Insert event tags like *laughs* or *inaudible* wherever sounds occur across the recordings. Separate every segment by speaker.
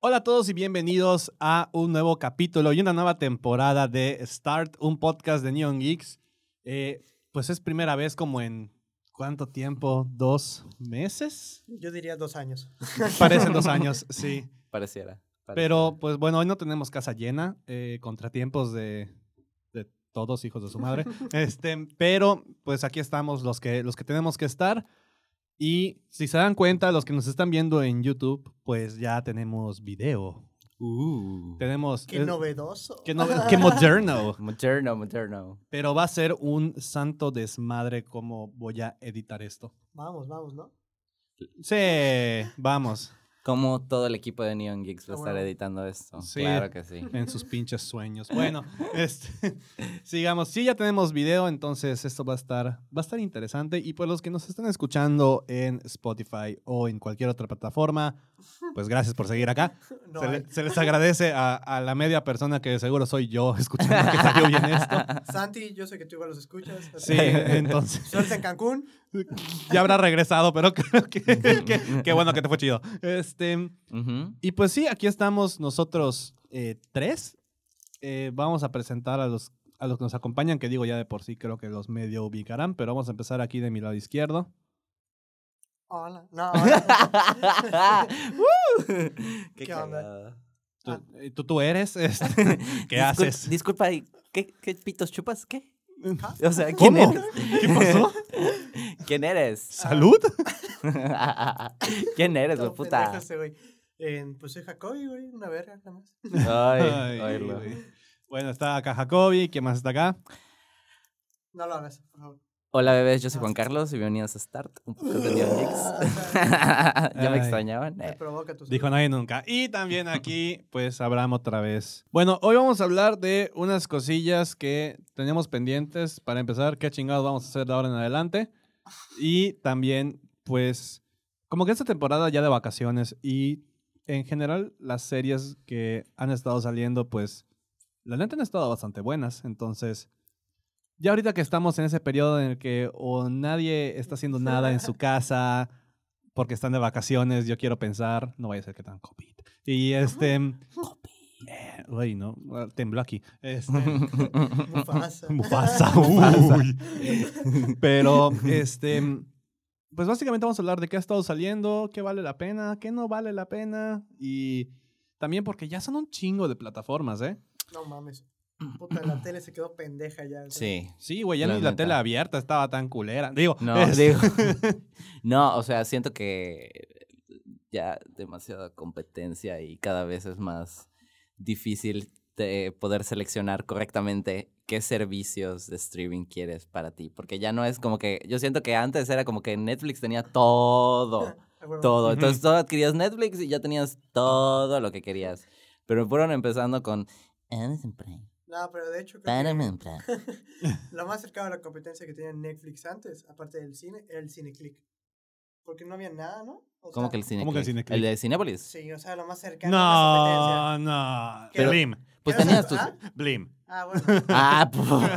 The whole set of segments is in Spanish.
Speaker 1: Hola a todos y bienvenidos a un nuevo capítulo y una nueva temporada de Start, un podcast de Neon Geeks. Eh, pues es primera vez como en cuánto tiempo, dos
Speaker 2: *laughs*
Speaker 1: meses.
Speaker 2: Yo diría dos años.
Speaker 1: Parecen dos años, sí.
Speaker 3: Pareciera. pareciera.
Speaker 1: Pero pues bueno, hoy no tenemos casa llena, eh, contratiempos de, de todos hijos de su madre. Este, pero pues aquí estamos los que, los que tenemos que estar. Y si se dan cuenta, los que nos están viendo en YouTube, pues ya tenemos video.
Speaker 3: Uh.
Speaker 1: Tenemos...
Speaker 2: Qué
Speaker 1: es-
Speaker 2: novedoso.
Speaker 1: qué no- qué moderno.
Speaker 3: *laughs* Moderno, moderno.
Speaker 1: Pero va a ser un santo desmadre cómo voy a editar esto.
Speaker 2: Vamos, vamos, ¿no?
Speaker 1: Sí, vamos.
Speaker 3: Como todo el equipo de Neon Geeks va a
Speaker 2: Ah,
Speaker 3: estar
Speaker 2: bueno.
Speaker 3: editando esto.
Speaker 1: Sí.
Speaker 3: Claro
Speaker 1: *laughs*
Speaker 3: que sí.
Speaker 1: En sus pinches sueños. Bueno, este, *laughs* sigamos. Sí, ya tenemos video, entonces esto va a estar, va a estar interesante. Y pues los que nos están escuchando en Spotify o en cualquier otra plataforma, pues gracias por seguir acá.
Speaker 2: No eh,
Speaker 1: se, le- *laughs*
Speaker 2: hay.
Speaker 1: se les agradece a, a la media persona que seguro soy yo escuchando que salió bien
Speaker 2: *laughs*
Speaker 1: esto.
Speaker 2: Santi, yo sé que tú igual los escuchas. eh,
Speaker 1: Sí, entonces.
Speaker 2: Suerte en Cancún.
Speaker 1: Ya habrá regresado, pero *laughs* creo que, que- que bueno que te fue chido. Este, *laughs*
Speaker 3: Ujú.
Speaker 1: y pues sí, aquí estamos nosotros eh, tres. Eh, vamos a presentar a los, a los que nos acompañan, que digo ya de por sí creo que los medio ubicarán, pero vamos a empezar aquí de mi lado izquierdo.
Speaker 2: Hola. No, hola.
Speaker 1: *laughs*
Speaker 3: Uh, Qué,
Speaker 2: ¿Qué onda?
Speaker 3: cagado.
Speaker 1: Tú,
Speaker 2: Ah.
Speaker 1: eh, tú, tú eres, este, ¿qué
Speaker 3: Discul-
Speaker 1: haces?
Speaker 3: Disculpa, ¿y ¿qué, qué pitos chupas? ¿Qué?
Speaker 2: Ah,
Speaker 3: O sea, ¿quién
Speaker 1: ¿Cómo?
Speaker 3: eres?
Speaker 1: ¿Qué pasó?
Speaker 3: *laughs* ¿Quién eres?
Speaker 1: *laughs*
Speaker 3: *laughs*
Speaker 1: ¿Salud?
Speaker 3: ¿Quién eres,
Speaker 2: todo
Speaker 3: güey, puta?
Speaker 2: pendejo este güey. Eh, pues soy Jacobi, güey, una verga, nada más.
Speaker 3: Ay,
Speaker 1: Ay,
Speaker 3: oírlo.
Speaker 1: güey. Bueno, está acá Jacobi, ¿quién más está acá?
Speaker 2: No lo hagas, por favor.
Speaker 1: Eh,
Speaker 3: Hola bebés, yo soy Juan Carlos y bienvenidos a Start, un podcast de Neon Geeks. *laughs* ya me
Speaker 1: Ay.
Speaker 3: extrañaban.
Speaker 2: Te
Speaker 3: eh.
Speaker 2: provoca tu
Speaker 1: Dijo nadie nunca. Y también aquí, pues, Abraham otra vez. Bueno, hoy vamos a hablar de unas cosillas que tenemos pendientes. Para empezar, qué chingados vamos a hacer de ahora en adelante. Y también, pues, como que esta temporada ya de vacaciones y en general las series que han estado saliendo, pues, la neta han estado bastante buenas. Entonces, ya ahorita que estamos en ese periodo en el que o nadie está haciendo nada en su casa porque están de vacaciones, yo quiero pensar, no vaya a ser que tan COVID. Y este... Eh, Uy, no, tembló aquí.
Speaker 2: *laughs*
Speaker 1: Este,
Speaker 2: Mufasa. *laughs*
Speaker 1: Mufasa, uh. uy. *laughs* Pero, este, pues básicamente vamos a hablar de qué ha estado saliendo, qué vale la pena, qué no vale la pena y también porque ya son un chingo de plataformas, ¿eh?
Speaker 2: No mames. Puta, la tele se quedó pendeja ya. güey. *laughs*
Speaker 3: Sí.
Speaker 1: Sí, güey, ya
Speaker 3: La
Speaker 1: ni la
Speaker 3: neta.
Speaker 1: tele abierta estaba tan culera. Digo,
Speaker 3: *laughs* No,
Speaker 1: es-
Speaker 2: *laughs*
Speaker 3: digo. este, no, o sea, siento que ya demasiada competencia y cada vez es más difícil de poder seleccionar correctamente qué servicios de streaming quieres para ti. Porque ya no es como que. Yo siento que antes era como que Netflix tenía todo.
Speaker 2: Ah, güey,
Speaker 3: Todo.
Speaker 1: Ujú.
Speaker 3: Entonces, todo adquirías Netflix y ya tenías todo lo que querías. Pero fueron empezando con Amazon Prime,
Speaker 2: No, pero de hecho, creo
Speaker 3: Paramount
Speaker 1: *laughs*
Speaker 3: Plus.
Speaker 2: que lo más cercano a la competencia que tenía Netflix antes, aparte del cine, era el CineClick. Porque no había nada, ¿no? O
Speaker 3: ¿Cómo
Speaker 2: sea,
Speaker 3: que el cine?
Speaker 1: ¿Cómo que el Cineclick?
Speaker 3: ¿El de Cinépolis?
Speaker 2: Sí, o sea, lo más cercano a la competencia.
Speaker 1: no, no.
Speaker 2: Pero-
Speaker 1: Blim,
Speaker 3: Pues
Speaker 2: Pero,
Speaker 3: tenías
Speaker 2: o
Speaker 3: tus.
Speaker 2: sea,
Speaker 1: Blim.
Speaker 2: Ah, ah, bueno.
Speaker 3: Ah, pu- *laughs*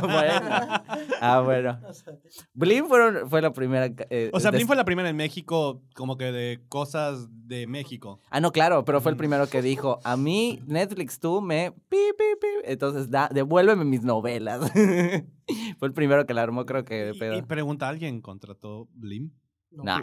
Speaker 3: bueno. Ah, bueno.
Speaker 2: *laughs* O sea,
Speaker 3: Blim fueron, fue la primera. eh,
Speaker 1: O sea,
Speaker 3: de-
Speaker 1: Blim fue la primera en México, como que de cosas de México.
Speaker 3: Ah, no, claro, pero fue el
Speaker 1: Ujú.
Speaker 3: primero que dijo: A mí, Netflix, tú me. Pi, pi, pi. Entonces, da, devuélveme mis novelas. *laughs* fue el primero que la armó, creo que de
Speaker 1: Y-
Speaker 3: pedo.
Speaker 1: y pregunta, ¿alguien contrató Blim?
Speaker 2: no.
Speaker 3: Nah.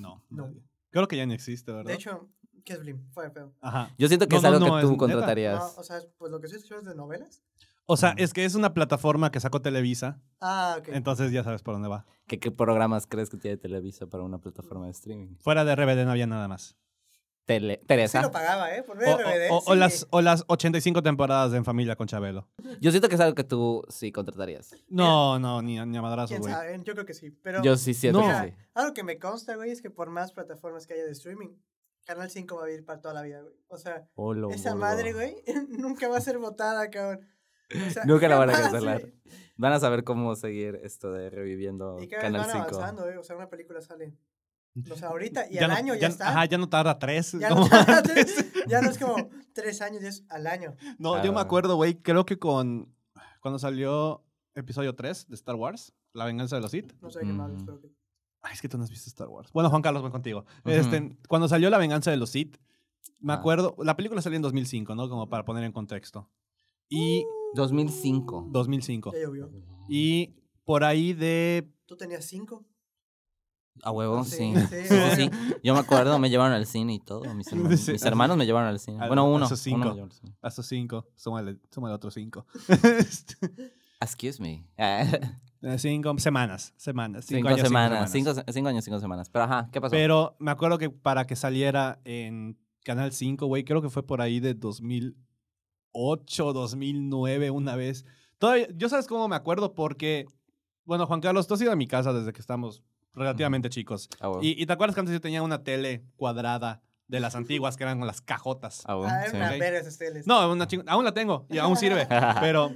Speaker 1: No.
Speaker 2: No.
Speaker 1: Creo que ya no existe, ¿verdad?
Speaker 2: De hecho, ¿qué es Blim? Fue feo.
Speaker 1: Ajá.
Speaker 3: Yo siento que
Speaker 1: No,
Speaker 3: es
Speaker 1: no,
Speaker 3: algo
Speaker 1: no,
Speaker 3: que
Speaker 1: es
Speaker 3: tú
Speaker 1: neta.
Speaker 3: contratarías.
Speaker 2: No, o sea, pues lo que soy es de novelas.
Speaker 1: O sea,
Speaker 3: Ujú.
Speaker 1: es que es una plataforma que sacó Televisa,
Speaker 2: Ah, ok.
Speaker 1: entonces ya sabes por dónde va.
Speaker 3: ¿Qué, qué programas crees que tiene Televisa para una plataforma de streaming?
Speaker 1: Fuera de RBD no había nada más.
Speaker 3: Tele-
Speaker 2: sí
Speaker 3: Teresa.
Speaker 2: lo pagaba, ¿eh? Por
Speaker 1: O, o-
Speaker 2: RBD.
Speaker 1: o- o
Speaker 2: sí.
Speaker 1: las, o las 85 temporadas de En Familia con Chabelo.
Speaker 3: Yo siento que es algo que tú sí contratarías.
Speaker 1: No, no, ni, ni a madrazos,
Speaker 2: ¿Quién
Speaker 1: güey.
Speaker 2: sabe? Yo creo que sí. Pero
Speaker 3: Yo sí siento
Speaker 1: No.
Speaker 3: que sí.
Speaker 2: algo que me consta, güey, es que por más plataformas que haya de streaming, Canal 5 va a vivir para toda la vida, güey. O sea,
Speaker 3: Olo,
Speaker 2: esa
Speaker 3: bolo.
Speaker 2: madre, güey, *laughs* nunca va a ser votada, cabrón. O sea,
Speaker 3: Nunca la van a
Speaker 2: jamás,
Speaker 3: cancelar.
Speaker 2: güey.
Speaker 3: Van a saber cómo seguir esto de reviviendo
Speaker 2: Y cada vez
Speaker 3: Canal
Speaker 2: van
Speaker 3: 5.
Speaker 2: avanzando, güey. O sea, una película sale. O sea, ahorita y
Speaker 1: Ya
Speaker 2: al
Speaker 1: no-
Speaker 2: año ya, está.
Speaker 1: Ajá, ya no tarda tres. *laughs*
Speaker 2: Ya
Speaker 1: como
Speaker 2: no, *laughs*
Speaker 1: antes.
Speaker 2: ya no es como tres años, ya es al año.
Speaker 1: No, yo
Speaker 3: Claro.
Speaker 1: me acuerdo, güey, creo que con... Cuando salió episodio 3 de Star Wars, La venganza de los Sith.
Speaker 2: No sé de qué más,
Speaker 3: Mm.
Speaker 2: pero que.
Speaker 1: Ay, es que tú no has visto Star Wars. Bueno, Juan Carlos, voy contigo.
Speaker 3: Ujú.
Speaker 1: este, cuando salió La venganza de los Sith, Me
Speaker 3: Ah.
Speaker 1: acuerdo, la película salió en 2005, ¿no? Como para poner en contexto. Y
Speaker 3: 2005.
Speaker 1: 2005.
Speaker 2: uh, Ya llovió.
Speaker 1: Y por ahí de...
Speaker 2: ¿Tú tenías cinco?
Speaker 3: A huevo,
Speaker 2: Sí,
Speaker 3: sí.
Speaker 2: Ah, sí.
Speaker 3: Oh, Sí, sí. Yo me acuerdo, me llevaron al cine y todo. Mis hermanos,
Speaker 1: Sí,
Speaker 3: mis
Speaker 1: a
Speaker 3: hermanos me llevaron al cine.
Speaker 1: a-
Speaker 3: bueno,
Speaker 1: a
Speaker 3: uno.
Speaker 1: esos cinco.
Speaker 3: uno me llevó al cine.
Speaker 1: Hasta 5, súmale, súmale otros *laughs* Este, 5.
Speaker 3: Excuse *laughs* me.
Speaker 1: 5 semanas, semanas.
Speaker 3: cinco,
Speaker 1: Cinco, años, cinco
Speaker 3: semanas. Cinco, cinco años, cinco semanas. Pero ajá, ¿qué pasó?
Speaker 1: Pero me acuerdo que para que saliera en Canal 5, güey, creo que fue por ahí de 2008, 2009, una vez. Todavía, yo sabes cómo me acuerdo porque, bueno, Juan Carlos, tú has ido a mi casa desde que estamos relativamente chicos.
Speaker 3: a huevo.
Speaker 1: Y, y te acuerdas que antes yo tenía una tele cuadrada de las antiguas que eran con las cajotas.
Speaker 3: A huevo,
Speaker 2: *laughs* Ah, era
Speaker 3: sí.
Speaker 2: una
Speaker 1: Ok.
Speaker 2: verga esas teles.
Speaker 1: No, una ching- aún la tengo y aún sirve. Pero,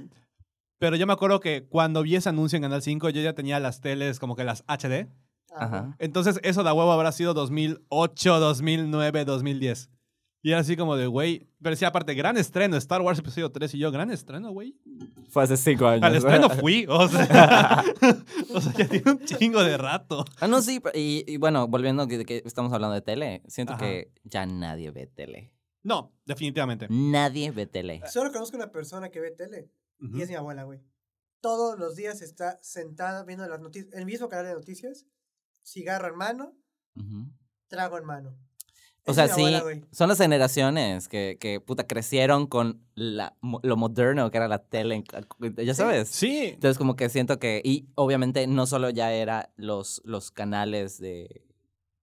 Speaker 1: pero yo me acuerdo que cuando vi ese anuncio en Canal 5, yo ya tenía las teles como que las HD.
Speaker 2: Ah,
Speaker 3: Ajá.
Speaker 1: Entonces, eso de a huevo habrá sido 2008, 2009, 2010. Y era así como de, güey. Pero sí, aparte, gran estreno, Star Wars Episodio 3. Y yo, gran estreno, güey.
Speaker 3: Fue hace cinco años.
Speaker 1: Al estreno fui. O sea, *laughs* o sea, ya tiene un chingo de rato.
Speaker 3: *laughs* Ah, no, sí. pero- Y, y bueno, volviendo que, que estamos hablando de tele. Siento
Speaker 1: Ajá.
Speaker 3: que ya nadie ve tele.
Speaker 1: No, definitivamente.
Speaker 3: Nadie ve tele.
Speaker 1: Ah.
Speaker 2: Solo conozco una persona que ve tele. Y
Speaker 1: Mm.
Speaker 2: es mi abuela, güey. Todos los días está sentada viendo las noticias. El mismo canal de noticias. Cigarro en mano,
Speaker 3: Ujú.
Speaker 2: trago en mano.
Speaker 3: O
Speaker 2: Es
Speaker 3: sea,
Speaker 2: mi
Speaker 3: sí,
Speaker 2: abuela, güey.
Speaker 3: son las generaciones que, que puta, crecieron con la, mo- lo moderno que era la tele, en- ya sabes.
Speaker 1: Sí.
Speaker 3: Entonces como que siento que, y obviamente no solo ya era los, los canales de,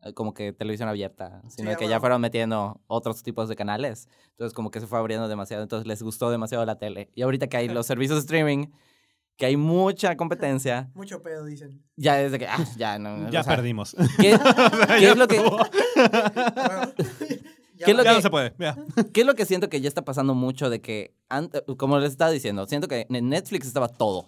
Speaker 3: eh, como que televisión abierta, sino
Speaker 2: a
Speaker 3: que
Speaker 2: huevo.
Speaker 3: ya fueron metiendo otros tipos de canales. Entonces como que se fue abriendo demasiado, entonces les gustó demasiado la tele. Y ahorita que hay los servicios de streaming, que hay mucha competencia,
Speaker 2: Mucho pedo, dicen.
Speaker 3: ya desde que, ah,
Speaker 1: *laughs*
Speaker 3: ya no.
Speaker 1: Ya
Speaker 3: o sea,
Speaker 1: perdimos. *laughs*
Speaker 3: ¿qué- ¿Qué es lo que-
Speaker 1: estuvo.
Speaker 3: *laughs*
Speaker 2: *laughs* Ah, güey.
Speaker 3: ¿Qué es lo
Speaker 1: Ya no
Speaker 3: que-
Speaker 1: se puede. ya.
Speaker 3: ¿Qué es lo que siento que ya está pasando mucho de que, an- como les estaba diciendo, siento que en Netflix estaba todo.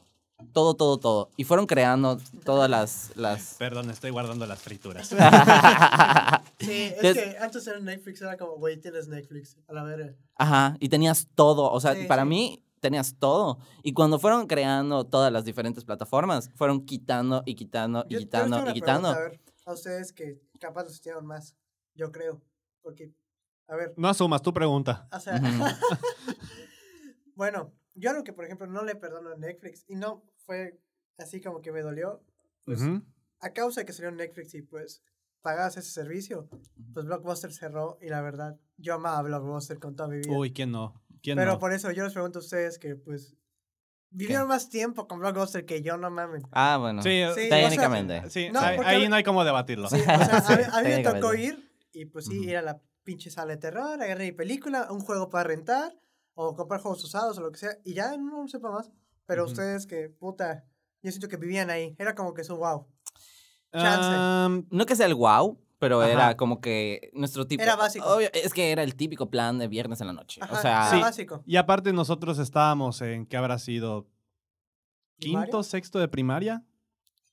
Speaker 3: Todo, todo, todo. Y fueron creando todas las...
Speaker 1: *laughs*
Speaker 3: las...
Speaker 1: Perdón, estoy guardando las frituras.
Speaker 3: *laughs*
Speaker 2: Sí, es
Speaker 3: Des-
Speaker 2: que antes era Netflix, era como, güey, tienes Netflix, a la verga.
Speaker 3: Ajá, y tenías todo. O sea,
Speaker 2: Sí,
Speaker 3: para
Speaker 2: sí.
Speaker 3: mí tenías todo. Y cuando fueron creando todas las diferentes plataformas, fueron quitando y quitando y
Speaker 2: Yo- yo les tengo
Speaker 3: quitando
Speaker 2: una
Speaker 3: y quitando.
Speaker 2: pregunta, a ver, a ustedes que capaz los hicieron más, yo creo. Porque, a ver,
Speaker 1: *laughs* No asumas tu pregunta.
Speaker 2: o sea, *laughs* bueno, yo algo que, por ejemplo, no le perdono a Netflix y no fue así como que me dolió, pues
Speaker 1: Ujú.
Speaker 2: a causa de que salió Netflix y pues pagabas ese servicio, pues Blockbuster cerró y la verdad, yo amaba Blockbuster con toda mi vida.
Speaker 1: Uy, ¿quién no? ¿Quién
Speaker 2: Pero
Speaker 1: no?
Speaker 2: por eso yo les pregunto a ustedes que, pues, vivieron más tiempo con Blockbuster que yo, no mames.
Speaker 3: Ah, bueno.
Speaker 1: Sí,
Speaker 2: Sí, o sea,
Speaker 3: técnicamente.
Speaker 1: sí,
Speaker 2: No,
Speaker 1: ahí-
Speaker 2: porque-
Speaker 1: ahí no hay cómo debatirlo.
Speaker 2: Sí, o sea,
Speaker 3: Sí,
Speaker 2: a mí- a mí me
Speaker 3: técnicamente.
Speaker 2: tocó ir y pues sí,
Speaker 3: Ujú.
Speaker 2: ir a la pinche sala de terror, agarré mi película, un juego para rentar o comprar juegos usados o lo que sea y ya no sepa más. Pero
Speaker 1: Ujú.
Speaker 2: ustedes que, puta, yo siento que vivían ahí. Era como que su wow.
Speaker 1: Um,
Speaker 2: Chance.
Speaker 3: No que sea el wow, pero
Speaker 1: Ajá.
Speaker 3: era como que nuestro tipo.
Speaker 2: Era básico.
Speaker 3: Obvio, es que era el típico plan de viernes en la noche.
Speaker 2: Ajá,
Speaker 3: o sea,
Speaker 2: era
Speaker 1: Sí.
Speaker 2: básico.
Speaker 1: Y aparte nosotros estábamos en, ¿qué habrá sido? ¿Quinto,
Speaker 2: ¿Primaria?
Speaker 1: sexto de primaria?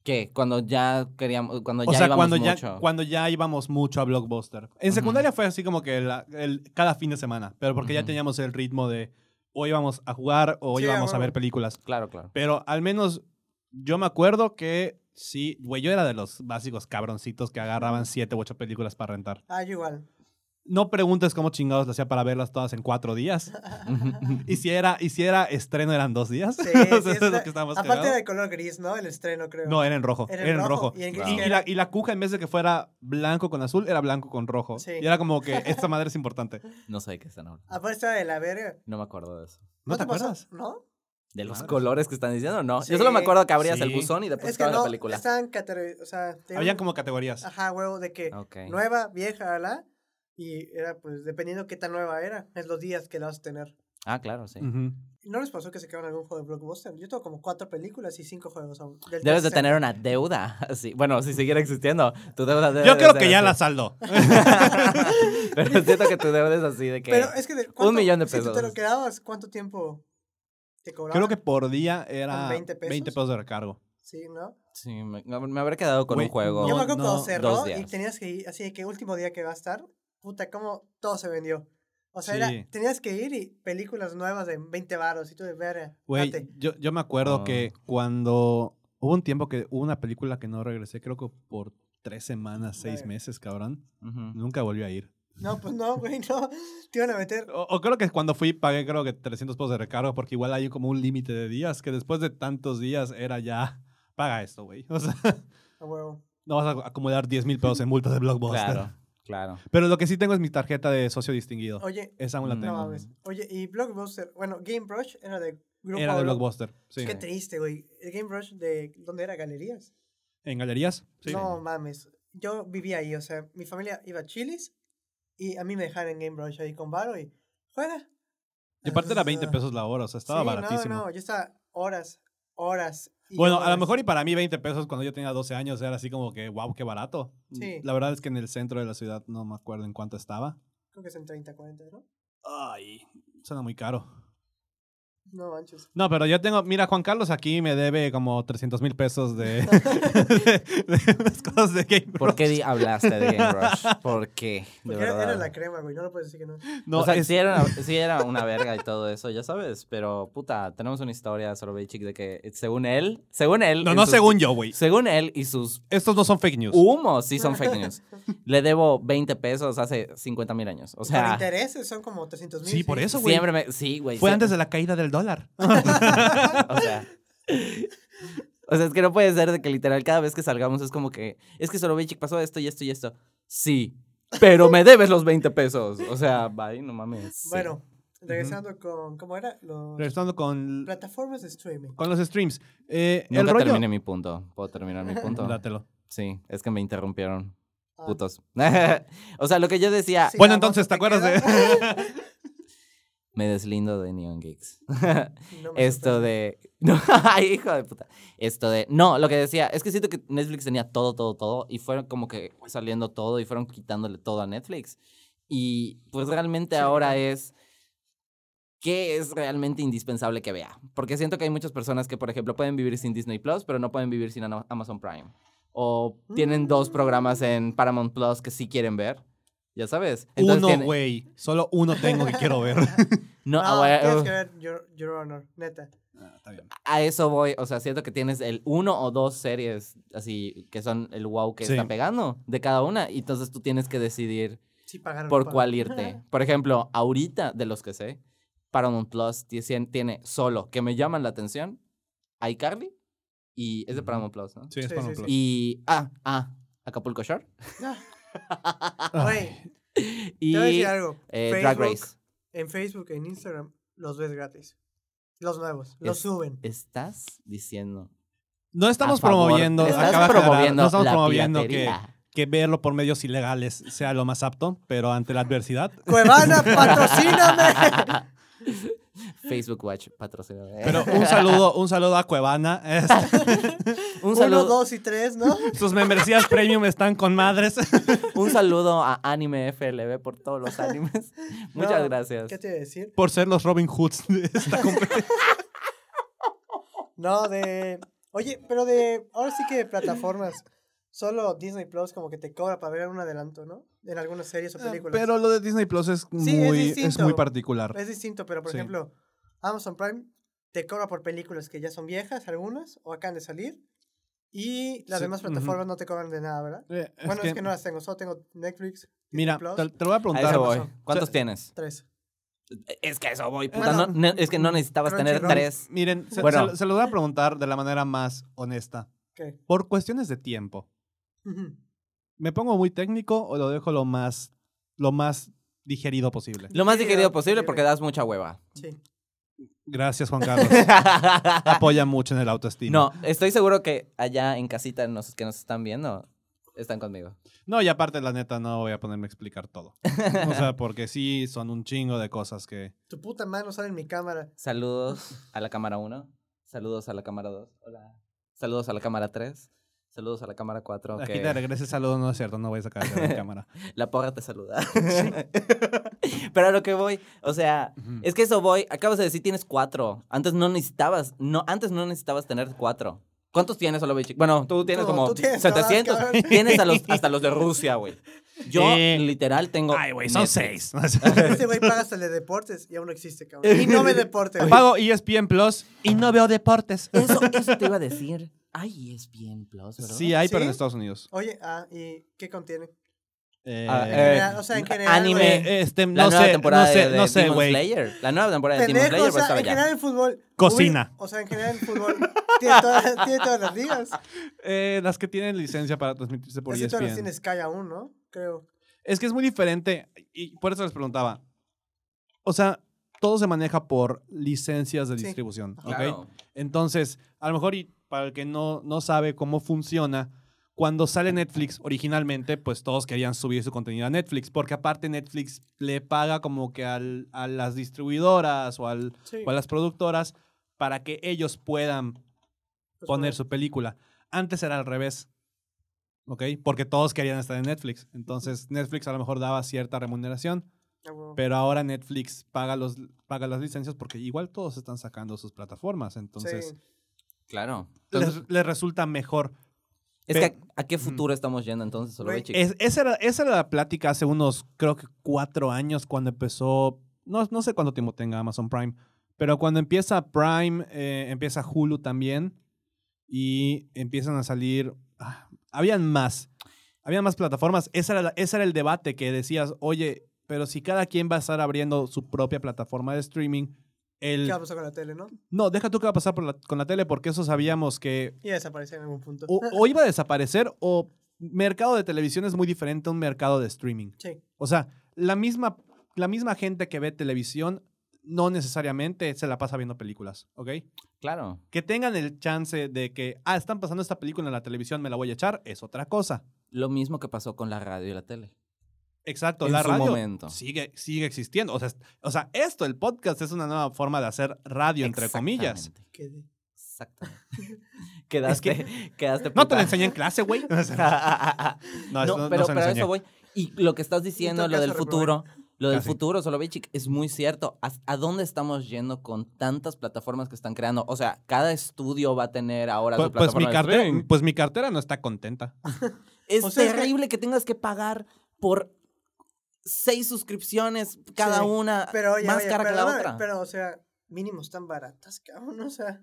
Speaker 3: que cuando ya queríamos, cuando
Speaker 1: o
Speaker 3: ya
Speaker 1: sea,
Speaker 3: íbamos
Speaker 1: cuando ya,
Speaker 3: mucho.
Speaker 1: cuando ya íbamos mucho a Blockbuster. En
Speaker 3: Ujú.
Speaker 1: secundaria fue así como que la- el- cada fin de semana, pero porque ya
Speaker 3: Ujú.
Speaker 1: teníamos el ritmo de o íbamos a jugar o
Speaker 2: Sí,
Speaker 1: íbamos
Speaker 2: a
Speaker 1: a ver
Speaker 2: huevo.
Speaker 1: películas.
Speaker 3: Claro,
Speaker 2: *laughs*
Speaker 3: claro. *laughs*
Speaker 1: Pero al menos yo me acuerdo que sí, güey, yo era de los básicos cabroncitos que agarraban siete u ocho películas para rentar.
Speaker 2: Ah, yo igual.
Speaker 1: No preguntes cómo chingados lo hacía para verlas todas en cuatro días. Y si era, y si era estreno, eran dos días. *laughs*
Speaker 2: Sí,
Speaker 1: O sea,
Speaker 2: sí,
Speaker 1: eso es
Speaker 2: está-
Speaker 1: lo que estábamos
Speaker 2: aparte era de color gris, ¿no? El estreno, creo.
Speaker 1: No, era en rojo. Era, en rojo.
Speaker 2: Y en
Speaker 1: Y,
Speaker 2: gris
Speaker 1: y
Speaker 2: era-
Speaker 1: la, y la cuja, en vez de que fuera blanco con azul, era blanco con rojo.
Speaker 2: Sí.
Speaker 1: Y era como
Speaker 2: *laughs*
Speaker 1: que esta madre es importante.
Speaker 3: no sé de qué están hablando.
Speaker 2: Aparte estaba de la verga.
Speaker 3: No me acuerdo de eso.
Speaker 1: ¿No, te,
Speaker 2: pasó?
Speaker 1: acuerdas?
Speaker 2: ¿No?
Speaker 3: De los
Speaker 1: Madres.
Speaker 3: colores que están diciendo, no.
Speaker 2: Sí.
Speaker 3: Yo solo me acuerdo que abrías
Speaker 1: Sí.
Speaker 3: el buzón y
Speaker 2: Es
Speaker 3: después
Speaker 2: que
Speaker 3: la
Speaker 2: no,
Speaker 3: película.
Speaker 2: estaban categorizados. O sea, tenían-
Speaker 1: Habían como categorías.
Speaker 2: Ajá, huevo, de que
Speaker 3: Ok.
Speaker 2: nueva, vieja, la. Y era, pues, dependiendo qué tan nueva era, es los días que la vas a tener.
Speaker 3: Ah, claro,
Speaker 2: Mm.
Speaker 3: sí.
Speaker 1: Ujú.
Speaker 2: ¿No les pasó que se quedaron algún juego de Blockbuster? Yo tengo como cuatro películas y cinco juegos aún. del
Speaker 3: Debes de
Speaker 2: 360.
Speaker 3: tener una deuda. *laughs* Sí. Bueno, si siguiera existiendo, tu deuda debe
Speaker 1: Yo
Speaker 3: de
Speaker 1: creo
Speaker 3: ser
Speaker 1: que ya la
Speaker 3: así.
Speaker 1: saldó.
Speaker 3: *laughs* Pero siento que tu deuda es así de que.
Speaker 2: Pero es que. de- ¿cuánto-
Speaker 3: millón de
Speaker 2: Si tú te lo
Speaker 3: pesos.
Speaker 2: quedabas, ¿cuánto tiempo te cobraban?
Speaker 1: Creo que por día era
Speaker 2: ¿Con 20 pesos?
Speaker 1: de recargo.
Speaker 2: Sí, ¿no?
Speaker 3: Sí, me, me habré quedado con
Speaker 1: Güey,
Speaker 3: un juego.
Speaker 1: No,
Speaker 2: Yo me acuerdo
Speaker 1: Oh, no,
Speaker 2: cuando cerró
Speaker 3: dos
Speaker 2: y
Speaker 3: días.
Speaker 2: tenías que ir, así de que último día que va a estar, puta, cómo todo se vendió. O sea,
Speaker 1: Sí.
Speaker 2: era, tenías que ir y películas nuevas de 20 varos y tú de verga.
Speaker 1: Güey,
Speaker 2: date.
Speaker 1: yo, yo me acuerdo
Speaker 3: Ah.
Speaker 1: que cuando hubo un tiempo que hubo una película que no regresé, creo que por tres semanas, seis
Speaker 2: Verga.
Speaker 1: meses, cabrón.
Speaker 3: Ujú.
Speaker 1: Nunca volvió a ir.
Speaker 2: No, pues no, güey, *laughs* no. Te iban a meter.
Speaker 1: O, o creo que cuando fui pagué creo que 300 pesos de recargo porque igual hay como un límite de días que después de tantos días era ya, paga esto, güey. O sea, *laughs*
Speaker 2: A huevo.
Speaker 1: no vas a acumular 10 mil pesos en multas de Blockbuster.
Speaker 3: Claro, claro.
Speaker 1: Pero lo que sí tengo es mi tarjeta de socio distinguido.
Speaker 2: Oye,
Speaker 1: Esa aún la
Speaker 3: Mm.
Speaker 1: tengo.
Speaker 2: no mames. Oye, y Blockbuster. Bueno, Game Rush era de grupo.
Speaker 1: Era de
Speaker 2: Block-
Speaker 1: Blockbuster, sí.
Speaker 2: Qué triste, güey. El Game Rush de. ¿Dónde era? Galerías.
Speaker 1: ¿En galerías? Sí.
Speaker 2: No mames. Yo vivía ahí, o sea, mi familia iba a Chilis y a mí me dejaron en Game Rush ahí con Varo y juega.
Speaker 1: Y aparte era 20 pesos la hora, o sea, estaba
Speaker 2: eh, Sí,
Speaker 1: baratísimo.
Speaker 2: No, no, yo estaba horas, horas. y
Speaker 1: Bueno, a lo
Speaker 2: horas.
Speaker 1: mejor y para mí 20 pesos cuando yo tenía 12 años era así como que, wow, qué barato.
Speaker 2: Sí.
Speaker 1: La verdad es que en el centro de la ciudad no me acuerdo en cuánto estaba.
Speaker 2: Creo que es en 30, 40, ¿no?
Speaker 1: Ay, suena muy caro.
Speaker 2: No manches.
Speaker 1: No, pero yo tengo, mira, Juan Carlos aquí me debe como 300 mil pesos
Speaker 2: *laughs*
Speaker 1: de, de, de unas cosas de Game
Speaker 3: ¿Por qué
Speaker 1: Rush.
Speaker 3: di- hablaste de Game Rush? ¿Por qué? De
Speaker 2: Porque era,
Speaker 3: verdad.
Speaker 2: era la crema, güey, no lo puedes decir que no.
Speaker 1: No,
Speaker 3: o sea,
Speaker 1: es-
Speaker 3: sí, era una, sí era una verga y todo eso, ya sabes. Pero, puta, tenemos una historia sobre Big Chick de que, según él, según él.
Speaker 1: no,
Speaker 3: en
Speaker 1: no
Speaker 3: sus- Uh,
Speaker 1: según yo, güey.
Speaker 3: Según él y sus
Speaker 1: Estos no son fake news.
Speaker 3: humos, sí son fake news. Le debo 20 pesos hace 50 mil años. O
Speaker 2: Por
Speaker 3: sea,
Speaker 2: intereses son como 300 mil.
Speaker 1: sí, por eso, güey.
Speaker 3: siempre me. Sí, güey.
Speaker 1: Fue
Speaker 3: sí.
Speaker 1: antes de la caída del dólar.
Speaker 2: Ah.
Speaker 1: *laughs*
Speaker 3: O sea. O sea, es que no puede ser de que literal cada vez que salgamos es como que. Es que Soloveitchik pasó esto y esto y esto. Sí. Pero me debes los 20 pesos. O sea, bye, no mames. sí.
Speaker 2: Bueno, regresando con, ¿cómo era? Los
Speaker 1: Regresando con,
Speaker 2: plataformas de streaming.
Speaker 1: con los streams. Eh, el
Speaker 3: Nunca
Speaker 1: rollo...
Speaker 3: terminé mi punto. ¿Puedo terminar mi punto?
Speaker 1: Dátelo.
Speaker 3: Sí, es que me interrumpieron.
Speaker 2: Ah,
Speaker 3: Putos. *laughs* o sea, lo que yo decía,
Speaker 2: si
Speaker 1: Bueno,
Speaker 2: la voz
Speaker 1: entonces,
Speaker 2: no
Speaker 1: ¿te acuerdas de-
Speaker 2: queda,
Speaker 3: me deslindo de Neon Geeks.
Speaker 2: *laughs*
Speaker 3: *laughs*
Speaker 2: no me
Speaker 3: Esto
Speaker 2: sorprende.
Speaker 3: de. *laughs* No, ay, hijo de puta. Esto de. No, lo que decía, es que siento que Netflix tenía todo, todo, todo. Y fueron como que fue saliendo todo y fueron quitándole todo a Netflix. Y pues realmente
Speaker 2: Sí,
Speaker 3: ahora es. ¿Qué es realmente indispensable que vea? Porque siento que hay muchas personas que, por ejemplo, pueden vivir sin Disney Plus, pero no pueden vivir sin Ana- Amazon Prime. O tienen dos programas en Paramount Plus que sí quieren ver. Ya sabes. Entonces
Speaker 1: uno,
Speaker 3: tiene-
Speaker 1: güey. Solo uno tengo que quiero
Speaker 2: *laughs*
Speaker 1: ver.
Speaker 3: No,
Speaker 2: Ah,
Speaker 3: ahora-
Speaker 2: tienes
Speaker 1: uh.
Speaker 2: que ver Your, Your Honor, neta.
Speaker 3: a eso voy, o sea, siento que tienes el uno o dos series así que son el wow que
Speaker 1: Sí.
Speaker 3: está pegando de cada una, y entonces tú tienes que decidir
Speaker 2: Sí pagaron.
Speaker 3: por
Speaker 2: pa-
Speaker 3: cuál irte. Por ejemplo, ahorita de los que sé, Paramount Plus tiene, tiene solo que me llaman la atención, iCarly y es de
Speaker 1: Ujú.
Speaker 3: Paramount Plus, ¿no?
Speaker 1: Sí, es
Speaker 2: Sí,
Speaker 1: para
Speaker 2: sí,
Speaker 1: un
Speaker 2: sí.
Speaker 1: plus.
Speaker 3: Y ah, ah, Acapulco Shore
Speaker 2: Ah,
Speaker 1: Ah.
Speaker 2: Güey,
Speaker 3: y
Speaker 2: te voy a decir algo.
Speaker 3: eh, Drag
Speaker 2: Facebook.
Speaker 3: Race.
Speaker 2: En Facebook, en Instagram, los ves gratis. Los nuevos, los
Speaker 3: Es-
Speaker 2: suben.
Speaker 3: Estás diciendo.
Speaker 1: No estamos
Speaker 3: a favor-
Speaker 1: promoviendo,
Speaker 3: Estás
Speaker 1: acaba de aclarar,
Speaker 3: promoviendo
Speaker 1: no estamos
Speaker 3: la
Speaker 1: promoviendo que,
Speaker 3: piratería.
Speaker 1: que verlo por medios ilegales sea lo más apto, pero ante la adversidad. *laughs*
Speaker 2: Cuevana, patrocíname.
Speaker 3: *laughs* Facebook Watch patrocinado.
Speaker 1: Pero un saludo, un saludo a Cuevana. este,
Speaker 3: *laughs* un
Speaker 2: Uno,
Speaker 3: saludo,
Speaker 2: dos y tres,
Speaker 1: *laughs*
Speaker 2: ¿no?
Speaker 1: Sus membresías premium están con madres. *laughs*
Speaker 3: un saludo a Anime FLB por todos
Speaker 2: *laughs*
Speaker 3: los animes. Muchas
Speaker 2: No,
Speaker 3: gracias.
Speaker 2: ¿Qué te iba a decir?
Speaker 1: Por ser los Robin Hoods de esta competencia.
Speaker 2: No, de. Oye, pero de. Ahora sí que de plataformas. Solo Disney Plus como que te cobra para ver un adelanto, ¿no? En algunas series o películas.
Speaker 1: Ah, Pero lo de Disney Plus es
Speaker 2: Sí, es
Speaker 1: muy, es
Speaker 2: distinto. Eh,
Speaker 1: muy particular.
Speaker 2: Es distinto, pero por
Speaker 1: Sí.
Speaker 2: ejemplo, Amazon Prime te cobra por películas que ya son viejas, algunas, o acaban de salir. Y las
Speaker 1: Sí,
Speaker 2: demás
Speaker 1: ujú.
Speaker 2: plataformas no te cobran de nada, ¿verdad?
Speaker 1: Eh, es
Speaker 2: bueno,
Speaker 1: que-
Speaker 2: es que no las tengo, solo tengo Netflix,
Speaker 1: mira,
Speaker 2: Plus.
Speaker 1: te, te lo voy a
Speaker 3: A
Speaker 1: preguntar.
Speaker 3: eso
Speaker 2: voy.
Speaker 3: voy.
Speaker 2: razón.
Speaker 3: ¿Cuántos
Speaker 1: Sí.
Speaker 3: tienes?
Speaker 2: tres.
Speaker 3: Es que a eso voy, puta.
Speaker 2: Bueno,
Speaker 3: No- no- es que no necesitabas tener
Speaker 2: Crunchyroll.
Speaker 3: tres.
Speaker 1: Miren, se,
Speaker 3: Bueno.
Speaker 1: se- se los voy a preguntar de la manera más honesta.
Speaker 2: ¿Qué?
Speaker 1: Por cuestiones de tiempo,
Speaker 2: Ujú.
Speaker 1: ¿me pongo muy técnico o lo dejo lo más, lo más digerido posible?
Speaker 3: Lo más
Speaker 2: Sí,
Speaker 3: digerido
Speaker 2: no,
Speaker 3: posible
Speaker 2: sí,
Speaker 3: porque das
Speaker 2: *laughs*
Speaker 3: mucha hueva.
Speaker 2: Sí.
Speaker 1: Gracias, Juan *laughs* Carlos. Apoya mucho en el autoestima.
Speaker 3: no, estoy seguro que allá en casita nos, que nos están viendo están conmigo.
Speaker 1: No, y aparte, la neta, no voy a ponerme a explicar todo. O sea, porque sí son un chingo de cosas que.
Speaker 2: Tu puta mano sale en mi cámara.
Speaker 3: Saludos a la cámara 1. Saludos a la cámara 2. Hola. Saludos a la cámara 3. Saludos a la cámara 4.
Speaker 1: Aquí te regrese el saludo, no es cierto, no voy a sacar de la *laughs* cámara.
Speaker 3: La porra
Speaker 1: *laughs*
Speaker 3: te saluda. *laughs* Pero a lo que voy, o sea,
Speaker 1: Ujú.
Speaker 3: es que eso voy, acabas de decir tienes cuatro. Antes no necesitabas, no, antes no necesitabas tener cuatro. ¿Cuántos tienes, Soloveitchik? Bueno, tú tienes
Speaker 2: No,
Speaker 3: como
Speaker 2: tú tienes todas,
Speaker 1: *laughs*
Speaker 3: 700.
Speaker 2: cabrón.
Speaker 3: tienes a los, hasta los de Rusia, güey. Yo,
Speaker 1: Eh.
Speaker 3: literal, tengo...
Speaker 1: Ay, güey, son
Speaker 3: Netflix.
Speaker 1: seis.
Speaker 3: *laughs*
Speaker 1: *laughs*
Speaker 2: Ese güey paga hasta el de deportes y aún no existe,
Speaker 3: Eh,
Speaker 2: cabrón. Y no ve deporte, güey.
Speaker 1: Pago E ESPN Plus y no veo
Speaker 2: *laughs*
Speaker 1: deportes.
Speaker 3: Eso, eso te iba a decir. Ay, es bien plus, ¿verdad?
Speaker 1: Sí, hay, pero en
Speaker 2: ¿Sí?
Speaker 1: Estados Unidos.
Speaker 2: Oye, ah, ¿y qué contiene?
Speaker 1: Eh,
Speaker 3: Ah,
Speaker 2: En
Speaker 3: eh,
Speaker 2: general, o sea, en general.
Speaker 3: anime.
Speaker 2: güey.
Speaker 1: eh, este,
Speaker 3: La
Speaker 1: no
Speaker 3: nueva
Speaker 1: sé,
Speaker 3: temporada
Speaker 1: no sé,
Speaker 3: de,
Speaker 1: no sé,
Speaker 3: Demon
Speaker 1: güey.
Speaker 3: Slayer. La nueva temporada de Demon
Speaker 2: Pendejo,
Speaker 3: Slayer
Speaker 2: o
Speaker 3: pues,
Speaker 2: sea,
Speaker 3: estaba
Speaker 2: en
Speaker 3: ya.
Speaker 2: general el fútbol.
Speaker 1: Cocina.
Speaker 2: O sea, en general el fútbol tiene todas,
Speaker 3: *laughs*
Speaker 2: tiene todas las ligas.
Speaker 1: Eh, las que tienen licencia para transmitirse por E
Speaker 2: Así todas las
Speaker 1: ESPN.
Speaker 2: tienes Sky aún, ¿no? Creo.
Speaker 1: Es que es muy diferente y por eso les preguntaba. O sea, todo se maneja por licencias de
Speaker 2: Sí.
Speaker 1: distribución, ¿ok?
Speaker 3: Claro.
Speaker 1: Entonces, a lo mejor y para el que no, no sabe cómo funciona, cuando sale Netflix originalmente, pues todos querían subir su contenido a Netflix, porque aparte Netflix le paga como que al- a las distribuidoras o, al,
Speaker 2: Sí.
Speaker 1: o a las productoras para que ellos puedan
Speaker 2: Pues,
Speaker 1: poner
Speaker 2: bueno.
Speaker 1: su película. Antes era al revés, ¿ok? Porque todos querían estar en Netflix. Entonces Netflix a lo mejor daba cierta remuneración,
Speaker 2: Ah, huevo.
Speaker 1: pero ahora Netflix paga, los, paga las licencias porque igual todos están sacando sus plataformas. Entonces
Speaker 2: Sí.
Speaker 3: Claro. Entonces,
Speaker 1: les, les resulta mejor.
Speaker 3: es que a, a qué futuro estamos yendo entonces,
Speaker 2: Güey,
Speaker 3: Olobe, chicos?
Speaker 1: Es- esa, era, esa era la plática hace unos, creo que cuatro años cuando empezó, no, no sé cuánto tiempo tenga Amazon Prime, pero cuando empieza Prime, eh, empieza Hulu también y empiezan a salir, ah, habían más, habían más plataformas. Esa era la- ese era el debate que decías, oye, pero si cada quien va a estar abriendo su propia plataforma de streaming,
Speaker 2: ¿Qué
Speaker 1: el...
Speaker 2: va a pasar con la tele, no?
Speaker 1: No, deja tú que va a pasar por la- con la tele porque eso sabíamos que
Speaker 2: Y desaparecer en algún punto.
Speaker 1: o, o iba a desaparecer o mercado de televisión es muy diferente a un mercado de streaming.
Speaker 2: *laughs* Sí.
Speaker 1: O sea, la misma, la misma gente que ve televisión no necesariamente se la pasa viendo películas, ¿ok?
Speaker 3: Claro.
Speaker 1: Que tengan el chance de que, ah, están pasando esta película en la televisión, me la voy a echar, es otra cosa.
Speaker 3: Lo mismo que pasó con la radio y la tele.
Speaker 1: Exacto,
Speaker 3: En
Speaker 1: la
Speaker 3: su
Speaker 1: radio
Speaker 3: momento.
Speaker 1: Sigue, sigue existiendo. O sea, es- o sea, esto, el podcast, es una nueva forma de hacer radio, entre comillas.
Speaker 3: Exactamente.
Speaker 2: que de-
Speaker 3: Exactamente. *laughs* quedaste, quedaste
Speaker 1: No te la
Speaker 3: puta. *laughs*
Speaker 1: enseñé en clase, güey. no, eso
Speaker 3: no,
Speaker 1: *laughs* no- no
Speaker 3: pero,
Speaker 1: se lo
Speaker 3: pero a
Speaker 1: enseñé.
Speaker 3: eso voy. Y lo que estás diciendo, lo
Speaker 2: caso,
Speaker 3: del
Speaker 2: reprobé.
Speaker 3: futuro, lo del
Speaker 1: Casi.
Speaker 3: futuro, Soloveitchik, es muy cierto. ¿A, a dónde estamos yendo con tantas plataformas que están creando? O sea, cada estudio va a tener ahora
Speaker 1: Pues,
Speaker 3: su
Speaker 1: pues mi pues,
Speaker 3: plataforma de
Speaker 1: cartera,
Speaker 3: streaming.
Speaker 1: pues mi cartera no está contenta.
Speaker 3: Es
Speaker 2: O sea, es que-
Speaker 3: terrible que tengas que pagar por seis suscripciones cada
Speaker 2: Sí,
Speaker 3: una,
Speaker 2: Pero oye,
Speaker 3: más
Speaker 2: oye,
Speaker 3: cara que la
Speaker 2: perdóname,
Speaker 3: otra.
Speaker 2: Pero, o sea, mínimo están baratas, cabrón. O sea,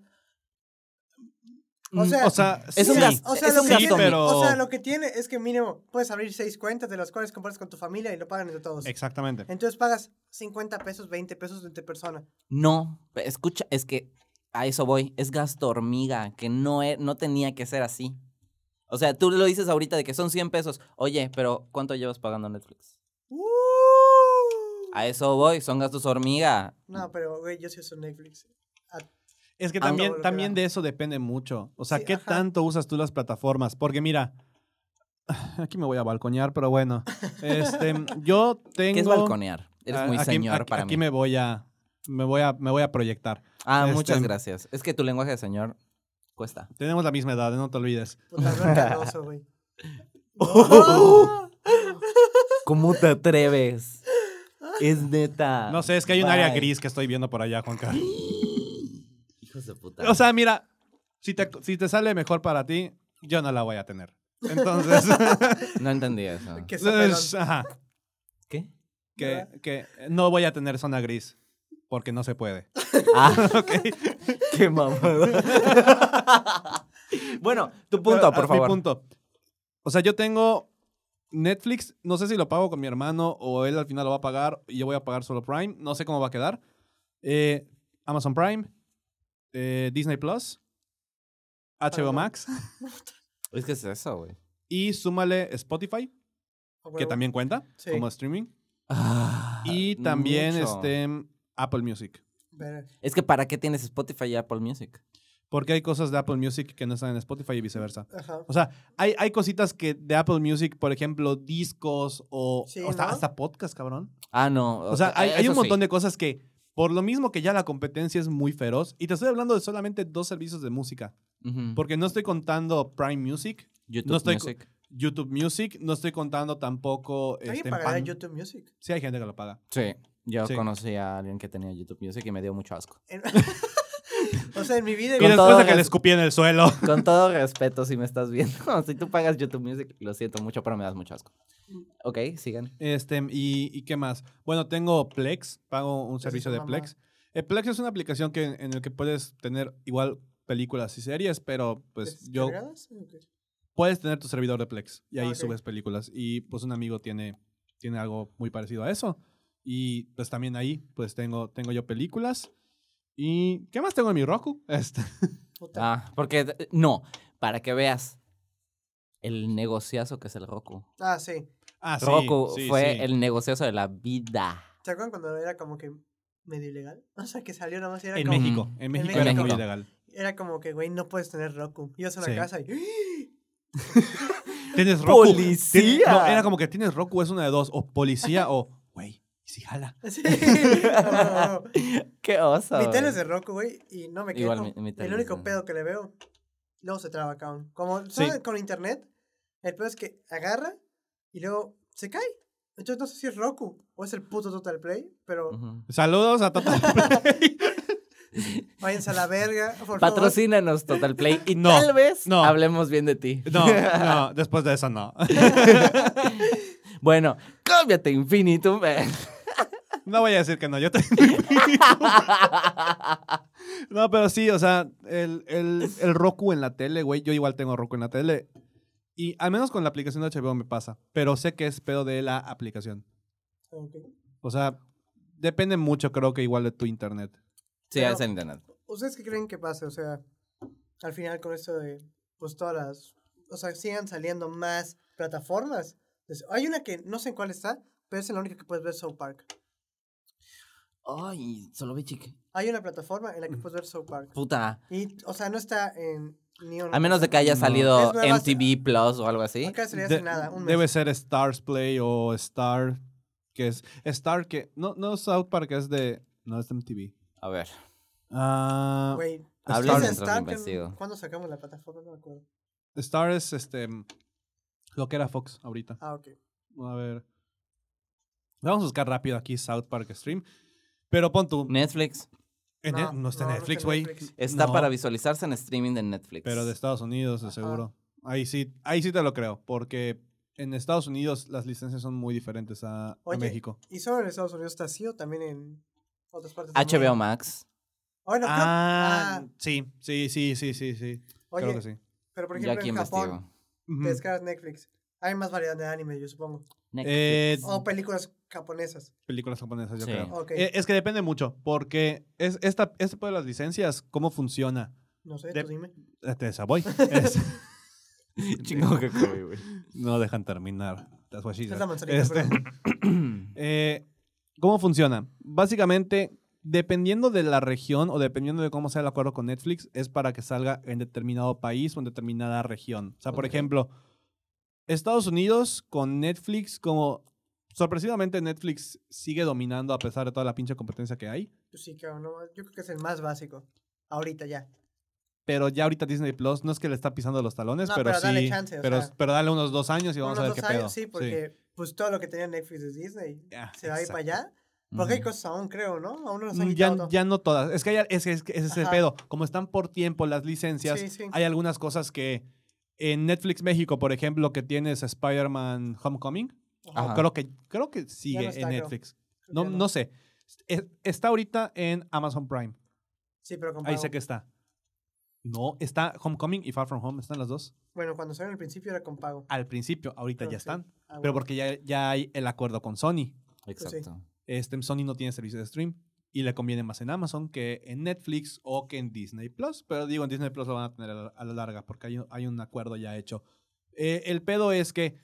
Speaker 1: Mm,
Speaker 2: o sea,
Speaker 1: o sea,
Speaker 3: *laughs* es un
Speaker 1: sí.
Speaker 3: gasto.
Speaker 2: o sea,
Speaker 3: es
Speaker 2: lo
Speaker 3: un
Speaker 2: que
Speaker 1: gasto,
Speaker 2: tiene,
Speaker 1: pero-
Speaker 2: o sea, lo que tiene es que mínimo puedes abrir seis cuentas de las cuales compartes con tu familia y lo pagan entre todos.
Speaker 1: Exactamente.
Speaker 2: Entonces pagas 50 pesos, 20 pesos entre persona.
Speaker 3: No, escucha, es que a eso voy. Es gasto hormiga, que no, e- no tenía que ser así. O sea, tú lo dices ahorita de que son 100 pesos. Oye, pero ¿cuánto llevas pagando Netflix? A eso voy, son gastos hormiga.
Speaker 2: No, pero güey, yo sí uso Netflix.
Speaker 1: Es que
Speaker 3: Ah, no,
Speaker 1: también,
Speaker 2: lo que
Speaker 1: también
Speaker 2: da.
Speaker 1: de eso depende mucho. O sea,
Speaker 2: Sí,
Speaker 1: ¿qué
Speaker 2: ajá.
Speaker 1: tanto usas tú las plataformas? Porque mira, *sighs* aquí me voy a balconear, pero bueno.
Speaker 3: *laughs*
Speaker 1: Este, yo tengo.
Speaker 3: ¿Qué es balconear? Eres
Speaker 1: Ah,
Speaker 3: muy
Speaker 1: aquí-
Speaker 3: señor
Speaker 1: aquí-
Speaker 3: para
Speaker 1: aquí
Speaker 3: mí.
Speaker 1: me voy a. Me voy a, me voy a proyectar.
Speaker 3: Ah,
Speaker 1: este-
Speaker 3: muchas gracias. Es que tu lenguaje de señor cuesta.
Speaker 1: Tenemos la misma edad, ¿eh? no te olvides.
Speaker 2: Puta, no
Speaker 1: *laughs*
Speaker 2: canoso, güey.
Speaker 3: ¿Cómo te atreves? Es neta.
Speaker 1: No sé, es que hay un área
Speaker 3: Ah, Bye.
Speaker 1: gris que estoy viendo por allá, Juan
Speaker 3: *laughs*
Speaker 1: Carlos.
Speaker 3: *gasps* Hijos de puta.
Speaker 1: O sea, mira, si te, si te sale mejor para ti, yo no la voy a tener. Entonces.
Speaker 3: no entendí *laughs* eso.
Speaker 2: Que
Speaker 1: *laughs*
Speaker 2: está pelón.
Speaker 1: ajá.
Speaker 3: ¿Qué?
Speaker 1: que,
Speaker 2: ¿Verdad?
Speaker 1: que no voy a tener zona gris porque no se puede.
Speaker 3: Ah,
Speaker 1: Ok. *laughs*
Speaker 3: qué mamada. *laughs* bueno, tu punto,
Speaker 1: Pero,
Speaker 3: por
Speaker 1: a-
Speaker 3: favor.
Speaker 1: Mi punto. O sea, yo tengo Netflix, no sé si lo pago con mi hermano o él al final lo va a pagar y yo voy a pagar solo Prime, no sé cómo va a quedar. Eh, Amazon Prime, eh, Disney Plus, HBO
Speaker 2: Pago.
Speaker 1: Max
Speaker 3: Es que es eso, güey.
Speaker 1: y súmale Spotify,
Speaker 2: A
Speaker 1: que
Speaker 2: huevo.
Speaker 1: también cuenta
Speaker 2: Sí.
Speaker 1: como streaming, y también
Speaker 3: Ah, mucho.
Speaker 1: este, Apple Music.
Speaker 2: Ver-
Speaker 3: Es que ¿para qué tienes Spotify y Apple Music?
Speaker 1: Porque hay cosas de Apple Music que no están en Spotify y viceversa.
Speaker 2: Ajá.
Speaker 1: O sea, hay, hay cositas que de Apple Music, por ejemplo, discos o,
Speaker 2: Sí,
Speaker 1: o hasta,
Speaker 2: ¿no?
Speaker 1: hasta podcast, cabrón.
Speaker 3: Ah, no.
Speaker 1: O sea, hay, hay un montón
Speaker 3: de...
Speaker 1: de cosas que, por lo mismo que ya la competencia es muy feroz, y te estoy hablando de solamente dos servicios de música,
Speaker 3: Ujú.
Speaker 1: porque no estoy contando Prime Music,
Speaker 3: YouTube
Speaker 1: no estoy co-
Speaker 3: Music.
Speaker 1: YouTube Music, no estoy contando tampoco...
Speaker 2: ¿Alguien
Speaker 1: este, en
Speaker 2: pagará
Speaker 1: Pan-
Speaker 2: YouTube Music?
Speaker 1: Sí, hay gente que lo paga.
Speaker 3: Sí. Yo
Speaker 1: Sí.
Speaker 3: conocí a alguien que tenía YouTube Music y me dio mucho asco.
Speaker 1: *laughs*
Speaker 2: En- *laughs* o sea, en mi vida...
Speaker 1: Y
Speaker 2: *laughs*
Speaker 3: Con
Speaker 1: después
Speaker 3: todo
Speaker 1: de que le
Speaker 3: res-
Speaker 1: escupí en el suelo.
Speaker 3: Con todo respeto, si me estás viendo, *laughs* si tú pagas YouTube Music, lo siento mucho, pero me das mucho asco. Ok, sigan.
Speaker 1: Este, y, y qué más? Bueno, tengo Plex, pago un
Speaker 2: Esa es
Speaker 1: servicio de
Speaker 2: una mamada.
Speaker 1: Plex. Eh, Plex es una aplicación que, en la que puedes tener igual películas y series, pero pues yo
Speaker 2: ¿Descargadas? Ok.
Speaker 1: puedes tener tu servidor de Plex y ahí
Speaker 2: Ah, Ok.
Speaker 1: subes películas. Y pues un amigo tiene, tiene algo muy parecido a eso. Y pues también ahí pues tengo, tengo yo películas. ¿Y qué más tengo en mi Roku? *laughs* Este,
Speaker 2: Puta.
Speaker 3: Ah, porque eh, no, para que veas el negociazo que es el Roku.
Speaker 2: Ah, sí.
Speaker 1: Ah, sí,
Speaker 3: Roku
Speaker 1: sí,
Speaker 3: fue
Speaker 1: sí.
Speaker 3: el negociazo de la
Speaker 1: *laughs*
Speaker 3: vida.
Speaker 2: ¿Se acuerdan cuando era como que medio ilegal? *laughs* O sea, que salió nada más y era
Speaker 1: En
Speaker 2: como...
Speaker 1: México. En México era
Speaker 3: México.
Speaker 1: muy ilegal.
Speaker 2: Era como que, güey, no puedes tener Roku. Ibas a la
Speaker 1: Sí.
Speaker 2: casa y... *laughs*
Speaker 1: Tienes Roku.
Speaker 3: ¡Policía!
Speaker 1: Tien- no, era como que tienes Roku, es una de dos. O policía o, güey, ¿y si jala.
Speaker 3: *laughs*
Speaker 2: Sí. No.
Speaker 3: Qué oso.
Speaker 2: Mi tele
Speaker 3: güey.
Speaker 2: es de Roku, güey, y no me quedo.
Speaker 3: Igual mi- mi tele
Speaker 2: el
Speaker 3: es
Speaker 2: único
Speaker 3: de-
Speaker 2: pedo que le veo, luego se traba, cabrón. Como solo
Speaker 1: Sí.
Speaker 2: con internet, el pedo es que agarra y luego se cae. Entonces no sé si es Roku o es el puto Total Play, pero
Speaker 3: Ujú.
Speaker 1: Saludos a Total Play.
Speaker 2: váyanse a la verga, por favor.
Speaker 3: Patrocínanos Total Play y
Speaker 1: *laughs* No,
Speaker 3: tal vez
Speaker 1: no.
Speaker 3: hablemos bien de ti.
Speaker 1: *laughs* No, no, después de eso no. *laughs*
Speaker 3: Bueno, cámbiate Infinitum.
Speaker 1: No voy a decir que no, yo te... *laughs* No, pero sí, o sea, el, el, el Roku en la tele, güey, yo igual tengo Roku en la tele. Y al menos con la aplicación de HBO me pasa, pero sé que es pedo de la aplicación.
Speaker 2: Ok.
Speaker 1: O sea, depende mucho, creo que igual de tu internet.
Speaker 3: sí,
Speaker 2: Pero-
Speaker 3: es en internet.
Speaker 2: Pues, ¿Ustedes qué creen que pase? O sea, al final con esto de, pues todas las, o sea, sigan saliendo más plataformas. Entonces, hay una que no sé en cuál está, pero es la única que puedes ver South Park.
Speaker 3: Ay, solo vi chique.
Speaker 2: Hay una plataforma en la que puedes ver South Park.
Speaker 1: Pues
Speaker 3: Puta.
Speaker 2: Y, o sea, no está en ni una
Speaker 3: A menos de que haya
Speaker 1: No.
Speaker 3: salido
Speaker 2: Es nueva-
Speaker 3: MTV Plus o algo así.
Speaker 2: Acá sería
Speaker 1: De-
Speaker 2: hace nada, un mes.
Speaker 1: Debe ser Stars Play o Star, que es Star que no no South Park es de no es de MTV.
Speaker 3: A ver.
Speaker 1: Ah,
Speaker 2: Güey,
Speaker 1: Star-
Speaker 3: Habla
Speaker 2: ¿ustedes
Speaker 3: mientras lo
Speaker 2: están-
Speaker 3: investigo.
Speaker 2: ¿Cuándo sacamos la plataforma? No me acuerdo.
Speaker 1: Star es este lo que era Fox ahorita.
Speaker 2: Ah, ok.
Speaker 1: A ver. Vamos a buscar rápido aquí South Park Stream. Pero pon tu.
Speaker 3: Netflix.
Speaker 1: en
Speaker 2: No,
Speaker 1: ne- no está
Speaker 2: no,
Speaker 1: en
Speaker 2: no
Speaker 1: Netflix,
Speaker 2: está en
Speaker 1: güey.
Speaker 2: Netflix.
Speaker 3: Está
Speaker 1: No,
Speaker 3: para visualizarse en streaming de Netflix.
Speaker 1: Pero de Estados Unidos, de
Speaker 2: Ajá.
Speaker 1: seguro. Ahí sí, ahí sí te lo creo. Porque en Estados Unidos las licencias son muy diferentes a, a
Speaker 2: Oye.
Speaker 1: México.
Speaker 2: ¿Y solo en Estados Unidos está así o también en otras partes? del
Speaker 3: HBO
Speaker 2: mundo?
Speaker 3: Max.
Speaker 2: Bueno, creo-
Speaker 1: Ah,
Speaker 2: ah,
Speaker 1: sí, sí, sí, sí, sí, sí.
Speaker 2: oye,
Speaker 1: creo que sí.
Speaker 2: pero por
Speaker 3: Yo
Speaker 2: ejemplo
Speaker 3: aquí
Speaker 2: en Japón
Speaker 3: investigo.
Speaker 1: Ujú.
Speaker 2: te descargas Netflix. Hay más variedad de anime, yo supongo.
Speaker 3: Netflix.
Speaker 1: Eh,
Speaker 2: O películas japonesas.
Speaker 1: Películas japonesas, yo
Speaker 3: Sí.
Speaker 1: creo.
Speaker 2: Ok,
Speaker 1: Eh, es que depende mucho. Porque es, esta, este pedo de las licencias, ¿cómo funciona?
Speaker 2: no sé,
Speaker 1: de-
Speaker 2: tú dime.
Speaker 1: Este, esa
Speaker 2: *laughs*
Speaker 1: voy. Es-
Speaker 3: *laughs* Chingo que
Speaker 1: *clears throat*
Speaker 3: comí, güey.
Speaker 1: No dejan terminar. That's what she
Speaker 2: Es
Speaker 1: said.
Speaker 2: la manzanita,
Speaker 1: Este,
Speaker 2: perdón.
Speaker 1: eh, ¿Cómo funciona? Básicamente, dependiendo de la región o dependiendo de cómo sea el acuerdo con Netflix, es para que salga en determinado país o en determinada región. O sea, por
Speaker 3: Ok.
Speaker 1: ejemplo, Estados Unidos con Netflix, como sorpresivamente Netflix sigue dominando a pesar de toda la pinche competencia que hay.
Speaker 2: Pues sí, cabrón, no, yo creo que es el más básico. Ahorita ya.
Speaker 1: Pero ya ahorita Disney Plus no es que le está pisando los talones,
Speaker 2: No,
Speaker 1: pero,
Speaker 2: pero dale
Speaker 1: sí.
Speaker 2: chance, o
Speaker 1: pero,
Speaker 2: sea.
Speaker 1: pero dale unos dos años y vamos a ver
Speaker 2: Unos
Speaker 1: qué
Speaker 2: dos años,
Speaker 1: pedo.
Speaker 2: sí, porque pues todo lo que tenía Netflix es Disney.
Speaker 1: Ah,
Speaker 2: se va a ir para
Speaker 1: exacto.
Speaker 2: allá. Porque hay
Speaker 3: Ujú.
Speaker 2: cosas aún, creo, ¿no? Aún no nos han
Speaker 1: Mm,
Speaker 2: quitado
Speaker 1: Ya,
Speaker 2: todo.
Speaker 1: ya no todas. Es que, hay- es, que- es que ese es el
Speaker 2: Ajá.
Speaker 1: pedo. Como están por tiempo las licencias,
Speaker 2: Sí, sí.
Speaker 1: hay algunas cosas que en Netflix México, por ejemplo, que tienes Spider-Man Homecoming,
Speaker 2: Ajá.
Speaker 3: Ajá.
Speaker 1: creo que, creo que sigue
Speaker 2: Ya no está,
Speaker 1: en
Speaker 2: creo.
Speaker 1: Netflix.
Speaker 2: Creo
Speaker 1: No,
Speaker 2: que ya
Speaker 1: no sé. Es- Está ahorita en Amazon Prime.
Speaker 2: Sí, pero con
Speaker 1: Ahí
Speaker 2: pago.
Speaker 1: sé que está. No, está Homecoming y Far From Home. Están las dos.
Speaker 2: Bueno, cuando salieron al principio era con pago.
Speaker 1: Al principio, ahorita
Speaker 2: Creo
Speaker 1: ya
Speaker 2: que sí.
Speaker 1: están.
Speaker 2: Ah,
Speaker 1: Pero
Speaker 2: bueno.
Speaker 1: porque ya, ya hay el acuerdo con Sony.
Speaker 2: sí.
Speaker 3: Exacto.
Speaker 1: Este, Sony no tiene servicio de stream y le conviene más en Amazon que en Netflix o que en Disney Plus. Pero digo, en Disney Plus lo van a tener a la, a la larga porque hay, un- hay un acuerdo ya hecho. Eh, el pedo es que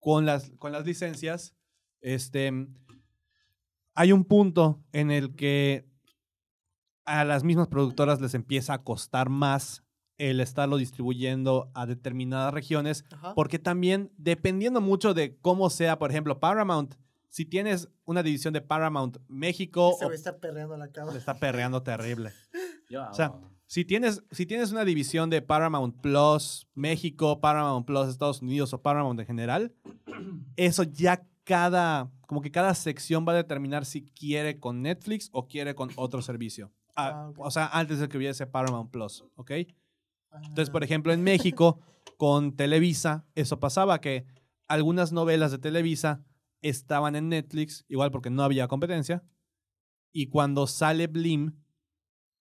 Speaker 1: con las, con las licencias, este, hay un punto en el que a las mismas productoras les empieza a costar más el estarlo distribuyendo a determinadas regiones
Speaker 2: Ajá.
Speaker 1: porque también, dependiendo mucho de cómo sea, por ejemplo, Paramount, si tienes una división de Paramount México, o-
Speaker 2: Ese Este güey está perreando la
Speaker 1: le
Speaker 2: cama.
Speaker 1: está perreando
Speaker 2: *laughs*
Speaker 1: terrible.
Speaker 3: Yo amo.
Speaker 1: O sea, Si tienes, si tienes una división de Paramount Plus México, Paramount Plus Estados Unidos o Paramount en
Speaker 2: *clears throat*
Speaker 1: general, eso ya cada, como que cada sección va a determinar si quiere con Netflix o quiere con otro servicio. Ah,
Speaker 2: Ah, ok.
Speaker 1: O sea, antes de que hubiese Paramount Plus, ¿ok?
Speaker 2: Ah.
Speaker 1: Entonces, por ejemplo, en México, con Televisa, eso pasaba, que algunas novelas de Televisa estaban en Netflix, igual porque no había competencia. Y cuando sale Blim,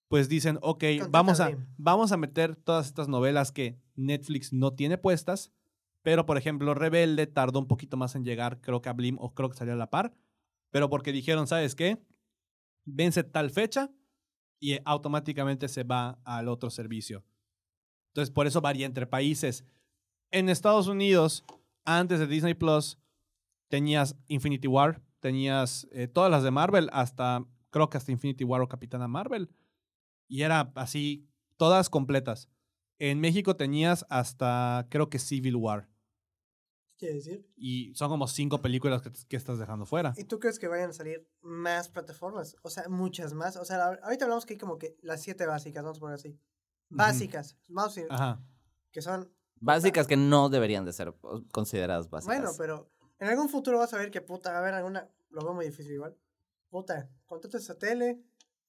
Speaker 1: pues dicen, ok,
Speaker 2: Contrata
Speaker 1: vamos a,
Speaker 2: Blim.
Speaker 1: vamos a meter todas estas novelas que Netflix no tiene puestas, pero por ejemplo, Rebelde tardó un poquito más en llegar, creo que a Blim o creo que salió a la par, pero porque dijeron, ¿sabes qué? Vence tal fecha y eh, automáticamente se va al otro servicio. Entonces, por eso varía entre países. En Estados Unidos, antes de Disney Plus, tenías Infinity War, tenías eh, todas las de Marvel, hasta creo que hasta Infinity War o Capitana Marvel. Y era así, todas completas. En México tenías hasta creo que Civil War.
Speaker 2: quiere decir?
Speaker 1: Y son como cinco películas que, que estás dejando fuera.
Speaker 2: ¿Y tú crees que vayan a salir más plataformas? O sea, muchas más. O sea, ahor- ahorita hablamos que hay como que las siete básicas, vamos a poner así. Básicas, vamos a decir,
Speaker 3: Ah,
Speaker 1: Ujú. Ajá.
Speaker 2: que son
Speaker 3: Básicas que no deberían de ser o- consideradas básicas.
Speaker 2: Bueno, pero en algún futuro vas a ver que puta, va a haber alguna. Lo veo muy difícil igual. Puta, contratas esa tele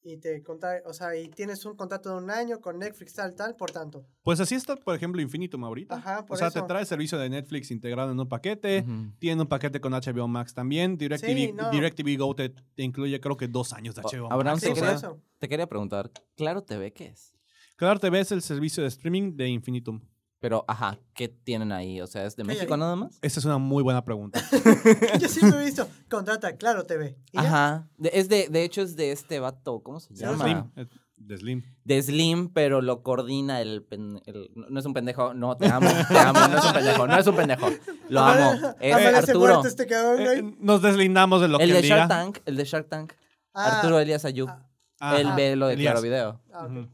Speaker 2: y te contra- o sea, y tienes un contrato de un año con Netflix, tal, tal, por tanto.
Speaker 1: Pues así está, por ejemplo, Infinitum ahorita.
Speaker 2: Ajá,
Speaker 1: o
Speaker 2: por
Speaker 1: sea, te
Speaker 2: eso.
Speaker 1: trae servicio de Netflix integrado en un paquete.
Speaker 3: Ujú.
Speaker 1: Tiene un paquete con HBO Max también. DirecTV,
Speaker 2: Sí, no. Ah,
Speaker 1: DirecTV Go te, te incluye creo que dos años de
Speaker 3: O-
Speaker 1: HBO
Speaker 3: Abraham,
Speaker 1: Max.
Speaker 2: Sí,
Speaker 3: ¿te
Speaker 1: o
Speaker 2: por
Speaker 1: sea,
Speaker 3: crees?
Speaker 2: eso. *laughs*
Speaker 3: Te quería preguntar, Claro TV, ¿qué es?
Speaker 1: Claro TV es el servicio de streaming de Infinitum.
Speaker 3: Pero, ajá, ¿qué tienen ahí? O sea, ¿es de
Speaker 2: ¿Qué hay
Speaker 3: México
Speaker 2: ahí?
Speaker 3: nada más?
Speaker 1: Esa es una muy buena pregunta.
Speaker 2: Yo siempre he visto, contrata Claro TV. Y ya.
Speaker 3: Ajá. De, es de, de hecho, es de este vato, ¿cómo *laughs* se
Speaker 1: De
Speaker 3: llama? Ah.
Speaker 1: Slim, eh, de Slim.
Speaker 3: De Slim, pero lo coordina el, pen- el- no, no es un pendejo, no,
Speaker 1: *laughs*
Speaker 3: te amo, te amo, no es un pendejo, no es un pendejo. Lo amo.
Speaker 2: *laughs*
Speaker 3: Es
Speaker 2: Aparece
Speaker 3: Arturo.
Speaker 2: muerto este cabrón, güey.
Speaker 1: Eh, nos deslindamos de lo
Speaker 3: El
Speaker 1: que
Speaker 3: de
Speaker 1: él diga.
Speaker 3: Shark Tank, el de Shark Tank.
Speaker 2: Ah,
Speaker 3: Arturo Elías Ayub.
Speaker 2: ah,
Speaker 1: Ah,
Speaker 3: él ve lo de
Speaker 1: Elías.
Speaker 3: Claro Video.
Speaker 2: ah, ok.
Speaker 1: Ujú.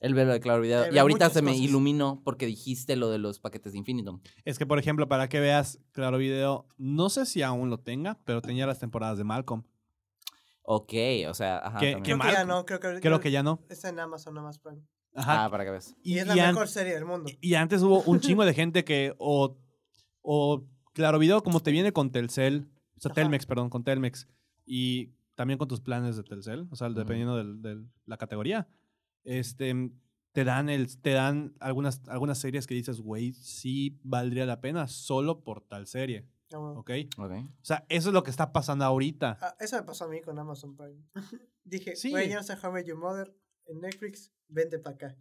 Speaker 3: Él ve lo de Claro Video.
Speaker 2: Él
Speaker 3: Y
Speaker 2: ve
Speaker 3: ahorita
Speaker 2: muchas
Speaker 3: se me
Speaker 2: cosas.
Speaker 3: iluminó porque dijiste lo de los paquetes de Infinitum.
Speaker 1: Es que, por ejemplo, para que veas Claro Video, no sé si aún lo tenga, pero tenía las temporadas de Malcolm.
Speaker 3: Ok, o sea, ajá.
Speaker 1: ¿Qué-
Speaker 3: también.
Speaker 1: qué
Speaker 2: Creo
Speaker 1: mal.
Speaker 2: que ya no, creo que,
Speaker 1: Creo que ya no.
Speaker 2: está en Amazon nomás. Prime.
Speaker 1: Ajá.
Speaker 3: Ah, para que veas.
Speaker 2: Y, es la
Speaker 1: y an-
Speaker 2: mejor serie del mundo.
Speaker 1: y antes hubo un chingo de gente que o, o Claro Video como te viene con Telcel, o sea,
Speaker 2: Ajá.
Speaker 1: Telmex, perdón, con Telmex, y también con tus planes de Telcel, o sea, dependiendo del- de la categoría, este, te dan, el, te dan algunas, algunas series que dices, güey, sí valdría la pena solo por tal serie,
Speaker 2: Ah, bueno.
Speaker 1: ¿ok?
Speaker 3: Ok.
Speaker 1: O sea, eso es lo que está pasando ahorita.
Speaker 2: Ah, eso me pasó a mí con Amazon Prime. *laughs* Dije,
Speaker 1: Sí.
Speaker 2: güey, ya no sé How I Met Your Mother en Netflix, vente para acá.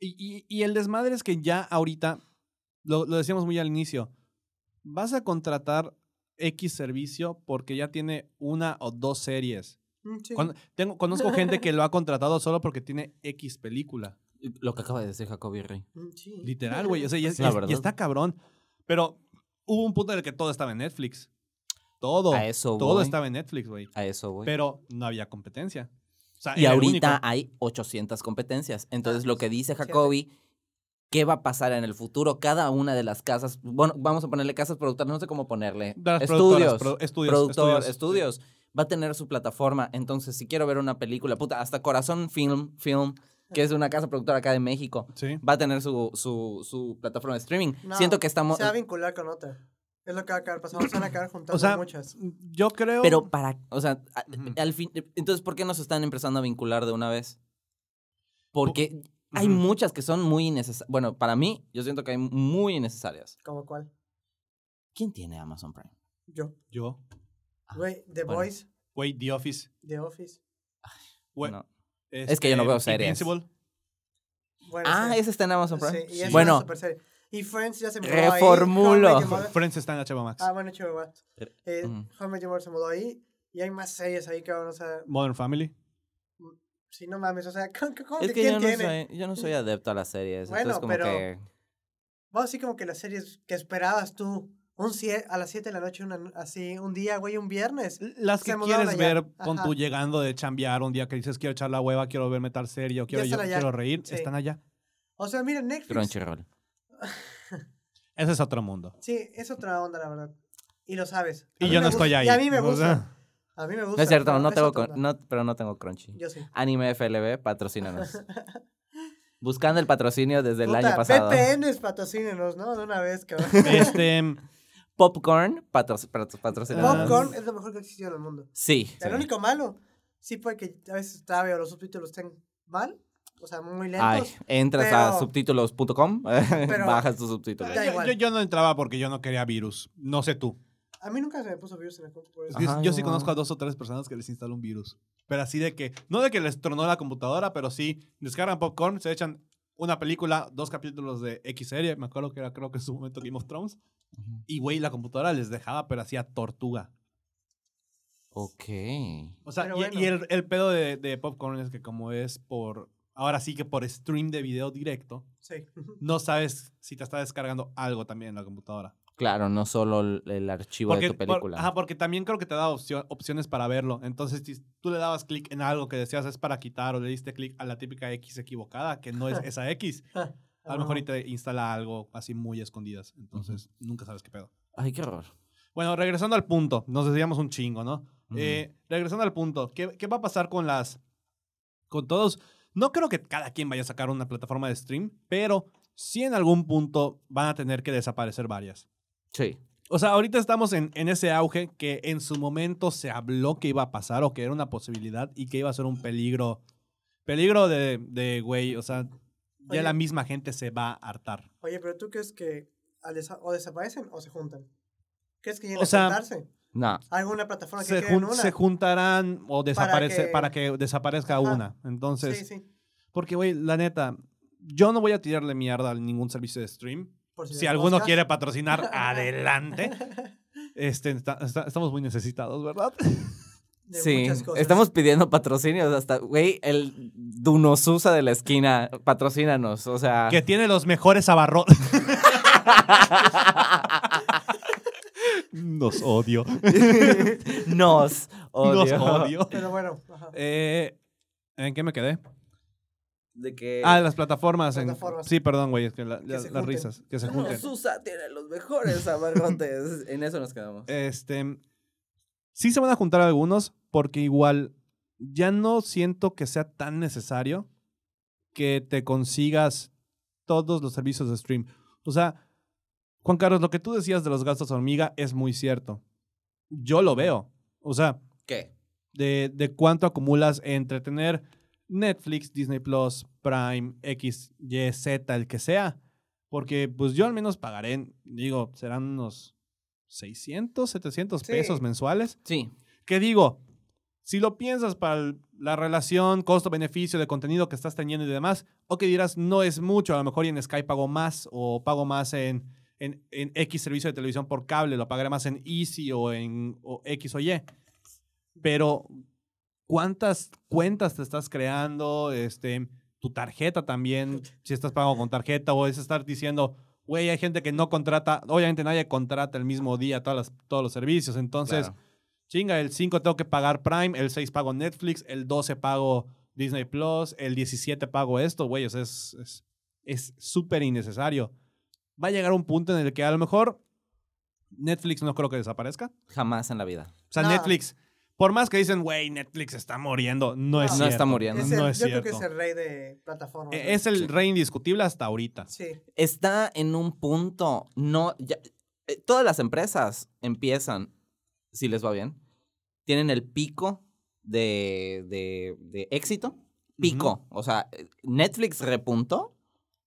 Speaker 1: Y, y- y el desmadre es que ya ahorita, lo, lo decíamos muy al inicio, vas a contratar X servicio porque ya tiene una o dos series.
Speaker 2: Mm, sí.
Speaker 1: Con- tengo, conozco gente que lo ha contratado solo porque tiene X película.
Speaker 3: Lo que acaba de decir Jacoby Rey.
Speaker 2: Mm, sí.
Speaker 1: Literal, güey. O sea, y, es-
Speaker 3: La
Speaker 1: y es- y
Speaker 3: verdad.
Speaker 1: está cabrón. Pero hubo un punto en el que todo estaba en Netflix. Todo.
Speaker 3: A eso
Speaker 1: todo
Speaker 3: voy.
Speaker 1: estaba en Netflix, güey.
Speaker 3: A eso voy.
Speaker 1: Pero no había competencia. O sea,
Speaker 3: y
Speaker 1: era el
Speaker 3: ahorita
Speaker 1: único.
Speaker 3: hay 800 competencias. Entonces,
Speaker 2: Ah,
Speaker 3: lo que dice
Speaker 2: cierto.
Speaker 3: Jacoby, ¿qué va a pasar en el futuro? Cada una de las casas, bueno, vamos a ponerle casas productoras, no sé cómo ponerle.
Speaker 1: De las
Speaker 3: estudios,
Speaker 1: productoras, pro- estudios,
Speaker 3: productor,
Speaker 1: estudios.
Speaker 3: estudios, va a tener su plataforma. Entonces, si quiero ver una película, puta, hasta Corazón Film, Film que es una casa productora acá de México,
Speaker 1: Sí.
Speaker 3: va a tener su, su, su plataforma de streaming.
Speaker 2: No,
Speaker 3: Siento que estamos...
Speaker 2: Se va a vincular con otra. Es lo que va a acabar pasando. Se van a acabar juntando
Speaker 1: *clears throat* O sea,
Speaker 2: muchas.
Speaker 1: Yo creo.
Speaker 3: Pero para, o sea, a-
Speaker 1: Ujú.
Speaker 3: al fin, entonces, ¿por qué nos están empezando a vincular de una vez? Porque hay
Speaker 1: Ujú.
Speaker 3: muchas que son muy innecesarias. Bueno, para mí, yo siento que hay muy innecesarias.
Speaker 2: ¿Como cuál?
Speaker 3: ¿Quién tiene Amazon Prime?
Speaker 2: Yo.
Speaker 1: Yo. Ah,
Speaker 2: Güey, The
Speaker 3: bueno.
Speaker 2: Voice,
Speaker 1: Güey, The Office.
Speaker 2: The Office.
Speaker 1: Güey,
Speaker 3: No. Es que yo no veo
Speaker 1: este,
Speaker 3: series.
Speaker 1: Invincible.
Speaker 2: Bueno,
Speaker 3: Ah,
Speaker 2: sí.
Speaker 3: ese está en Amazon Prime.
Speaker 2: Sí, y es
Speaker 3: Bueno,
Speaker 2: una super serie. Y Friends ya se mudó ahí.
Speaker 3: reformulo.
Speaker 2: How I Met Your Mother-
Speaker 1: Friends está en HBO Max.
Speaker 2: Ah, bueno, chihuahua.
Speaker 3: Re-
Speaker 2: Eh,
Speaker 3: Ujú.
Speaker 2: How I Met Your Mother se mudó ahí. Y hay más series ahí, cabrón. O sea,
Speaker 1: Modern Family.
Speaker 2: si no mames. O sea, *laughs* ¿cómo, cómo-
Speaker 3: es que
Speaker 2: ¿quién
Speaker 3: yo no,
Speaker 2: tiene?
Speaker 3: soy, yo no soy adepto a las series.
Speaker 2: Bueno,
Speaker 3: entonces, como
Speaker 2: pero-
Speaker 3: que.
Speaker 2: Vamos así como que las series que esperabas tú. Un cie- a las 7 de la noche, una- así, un día, güey, un viernes.
Speaker 1: Las que
Speaker 2: Se mudaron
Speaker 1: quieres
Speaker 2: allá.
Speaker 1: ver con tu
Speaker 2: Ajá.
Speaker 1: llegando de chambear un día que dices quiero echar la hueva, quiero verme tal serie, o quiero,
Speaker 2: están
Speaker 1: yo-
Speaker 2: allá.
Speaker 1: quiero reír,
Speaker 2: Sí.
Speaker 1: están allá.
Speaker 2: O sea, mira, Netflix.
Speaker 3: Crunchyroll.
Speaker 1: Ese es otro mundo.
Speaker 2: Sí, es otra onda, la verdad. Y lo sabes.
Speaker 1: Y
Speaker 2: A mí
Speaker 1: yo
Speaker 2: me
Speaker 1: no
Speaker 2: gusta-
Speaker 1: estoy ahí.
Speaker 2: Y a mí me
Speaker 1: *laughs* O
Speaker 2: gusta.
Speaker 1: sea,
Speaker 2: A mí me gusta.
Speaker 3: No es cierto,
Speaker 2: pero
Speaker 3: no
Speaker 2: es
Speaker 3: tengo,
Speaker 2: otra
Speaker 3: con-
Speaker 2: onda.
Speaker 3: no, pero no tengo Crunchy.
Speaker 2: Yo sí.
Speaker 3: Anime FLB,
Speaker 2: *laughs*
Speaker 3: patrocínanos. Buscando el patrocinio desde el año
Speaker 2: Puta,
Speaker 3: pasado.
Speaker 2: VPNs patrocínenos, ¿no? De una
Speaker 3: *laughs*
Speaker 2: vez, cabrón.
Speaker 1: este,
Speaker 3: Popcorn, patro- patro- patrocínanos.
Speaker 2: Popcorn
Speaker 1: Ah.
Speaker 2: es lo mejor que ha existido en el mundo.
Speaker 3: Sí. sí.
Speaker 2: El único malo, sí puede que a veces trabe o los subtítulos estén mal, o sea, muy lentos.
Speaker 3: Ay, entras a
Speaker 2: pero-
Speaker 3: subtítulos.com, *laughs*
Speaker 2: pero-
Speaker 3: bajas tus subtítulos.
Speaker 2: Da
Speaker 1: yo,
Speaker 2: igual.
Speaker 1: yo- yo no entraba porque yo no quería virus. No sé tú.
Speaker 2: A mí nunca se me puso virus en la compu por eso.
Speaker 3: Ah.
Speaker 1: Pues Yo,
Speaker 3: Ajá,
Speaker 1: yo sí
Speaker 3: no.
Speaker 1: conozco a dos o tres personas que les instala un virus. Pero así de que, no de que les tronó la computadora, pero sí descargan popcorn, se echan una película, dos capítulos de X serie, me acuerdo que era creo que en su momento Game of Thrones, y güey, la computadora les dejaba, pero hacía tortuga.
Speaker 3: Ok.
Speaker 1: O sea,
Speaker 2: Pero
Speaker 1: y,
Speaker 2: bueno.
Speaker 1: y el, el pedo de, de popcorn es que como es por, ahora sí que por stream de video directo,
Speaker 2: Sí.
Speaker 1: no sabes si te está descargando algo también en la computadora.
Speaker 3: Claro, no solo el, el archivo de tu
Speaker 1: por-
Speaker 3: película.
Speaker 1: ajá, porque también creo que te da opcio- opciones para verlo. Entonces, si tú le dabas clic en algo que decías es para quitar o le diste clic a la típica X equivocada, que
Speaker 3: *laughs*
Speaker 1: no es esa X,
Speaker 2: Ah,
Speaker 1: a lo mejor y te instala algo así muy escondidas. Entonces, nunca sabes qué pedo.
Speaker 3: Ay, qué horror.
Speaker 1: Bueno, regresando al punto, nos decíamos un chingo, ¿no?
Speaker 3: Ujú.
Speaker 1: Eh, regresando al punto, ¿qué, ¿qué va a pasar con las. con todos? No creo que cada quien vaya a sacar una plataforma de stream, pero sí en algún punto van a tener que desaparecer varias.
Speaker 3: Sí.
Speaker 1: O sea, ahorita estamos en, en ese auge que en su momento se habló que iba a pasar o que era una posibilidad y que iba a ser un peligro. Peligro de, de, güey, o sea, ya
Speaker 2: Oye.
Speaker 1: la misma gente se va a hartar.
Speaker 2: Oye, pero ¿tú crees que al desa- o desaparecen o se juntan? ¿Crees que lleguen
Speaker 1: O sea,
Speaker 2: a juntarse?
Speaker 3: No.
Speaker 2: ¿Alguna plataforma que
Speaker 1: Se,
Speaker 2: creen
Speaker 1: jun-
Speaker 2: una?
Speaker 1: se juntarán o desaparece
Speaker 2: que-
Speaker 1: para que, desaparezca
Speaker 2: Ajá.
Speaker 1: una. Entonces,
Speaker 2: sí, sí.
Speaker 1: porque, güey, la neta, yo no voy a tirarle mierda a ningún servicio de stream.
Speaker 2: Por
Speaker 1: Si
Speaker 2: les
Speaker 1: alguno
Speaker 2: moscas. *laughs*
Speaker 1: quiere patrocinar, adelante. Este, está- está- estamos muy necesitados, ¿verdad?
Speaker 2: De
Speaker 3: sí.
Speaker 2: muchas cosas.
Speaker 3: Estamos pidiendo patrocinios hasta, güey, el Dunosusa de la esquina, patrocínanos. O sea.
Speaker 1: Que tiene los mejores abarrotes. Nos odio.
Speaker 3: *laughs*
Speaker 1: Nos
Speaker 3: Nos odio.
Speaker 1: odio.
Speaker 2: Pero bueno, ajá.
Speaker 1: Eh, ¿En qué me quedé?
Speaker 3: De que.
Speaker 1: Ah, las plataformas. en-
Speaker 2: Plataformas.
Speaker 1: Sí, perdón, güey, es que la-
Speaker 2: Que
Speaker 1: la-
Speaker 2: se
Speaker 1: las
Speaker 2: junten.
Speaker 1: risas, que se
Speaker 3: *laughs*
Speaker 1: junten.
Speaker 3: Dunosusa tiene los mejores abarrotes. en eso nos quedamos.
Speaker 1: Este, sí se van a juntar algunos porque igual ya no siento que sea tan necesario que te consigas todos los servicios de stream. O sea, Juan Carlos, lo que tú decías de los gastos hormiga es muy cierto. Yo lo veo. O sea,
Speaker 3: ¿Qué?
Speaker 1: de, de cuánto acumulas entre tener Netflix, Disney Plus, Prime, X, Y, Z, el que sea. Porque pues yo al menos pagaré, digo, serán unos 600, 700
Speaker 2: Sí.
Speaker 1: pesos mensuales.
Speaker 3: Sí.
Speaker 1: Que digo, si lo piensas para el- la relación costo-beneficio de contenido que estás teniendo y demás, o que dirás, no es mucho, a lo mejor y en Sky pago más o pago más en, en, en X servicio de televisión por cable, lo pagaré más en Easy o en o X o Y. Pero, ¿cuántas cuentas te estás creando? Este, tu tarjeta también, si estás pagando con tarjeta, o es estar diciendo, güey, hay gente que no contrata, obviamente nadie contrata el mismo día todas las- todos los servicios, entonces...
Speaker 3: claro.
Speaker 1: Chinga, el 5 tengo que pagar Prime, el 6 pago Netflix, el 12 pago Disney Plus, el 17 pago esto, güey. O sea, es es- es súper innecesario. Va a llegar un punto en el que a lo mejor Netflix no creo que desaparezca.
Speaker 3: Jamás en la vida.
Speaker 1: O sea,
Speaker 2: No.
Speaker 1: Netflix, por más que dicen, güey, Netflix está muriendo, no es
Speaker 2: No.
Speaker 1: cierto.
Speaker 3: No está muriendo.
Speaker 2: Es
Speaker 1: no
Speaker 2: el-
Speaker 1: es
Speaker 2: yo creo que es
Speaker 1: cierto.
Speaker 2: el rey de plataformas.
Speaker 1: E- Es el rey indiscutible hasta ahorita.
Speaker 2: Sí.
Speaker 3: está en un punto, no, ya- eh, todas las empresas empiezan, si les va bien, tienen el pico de, de- de éxito, pico, o sea, eh, Netflix repuntó,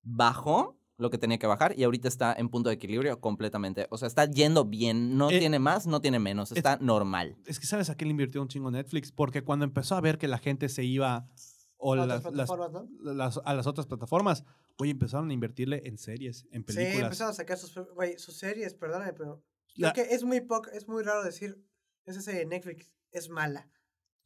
Speaker 3: bajó lo que tenía que bajar y ahorita está en punto de equilibrio completamente, o sea, está yendo bien, no
Speaker 1: Eh,
Speaker 3: tiene más, no tiene menos, está normal.
Speaker 1: Es que sabes a qué le invirtió un chingo Netflix, porque cuando empezó a ver que la gente se iba o
Speaker 2: Otras
Speaker 1: las, las-
Speaker 2: plataformas, ¿no?
Speaker 1: las- a las otras plataformas, hoy empezaron a invertirle en series, en películas.
Speaker 2: Sí, empezaron a sacar sus, güey, sus series, perdóname, pero
Speaker 1: La-
Speaker 2: creo que es muy poco, es muy raro decir, esa serie de Netflix es mala,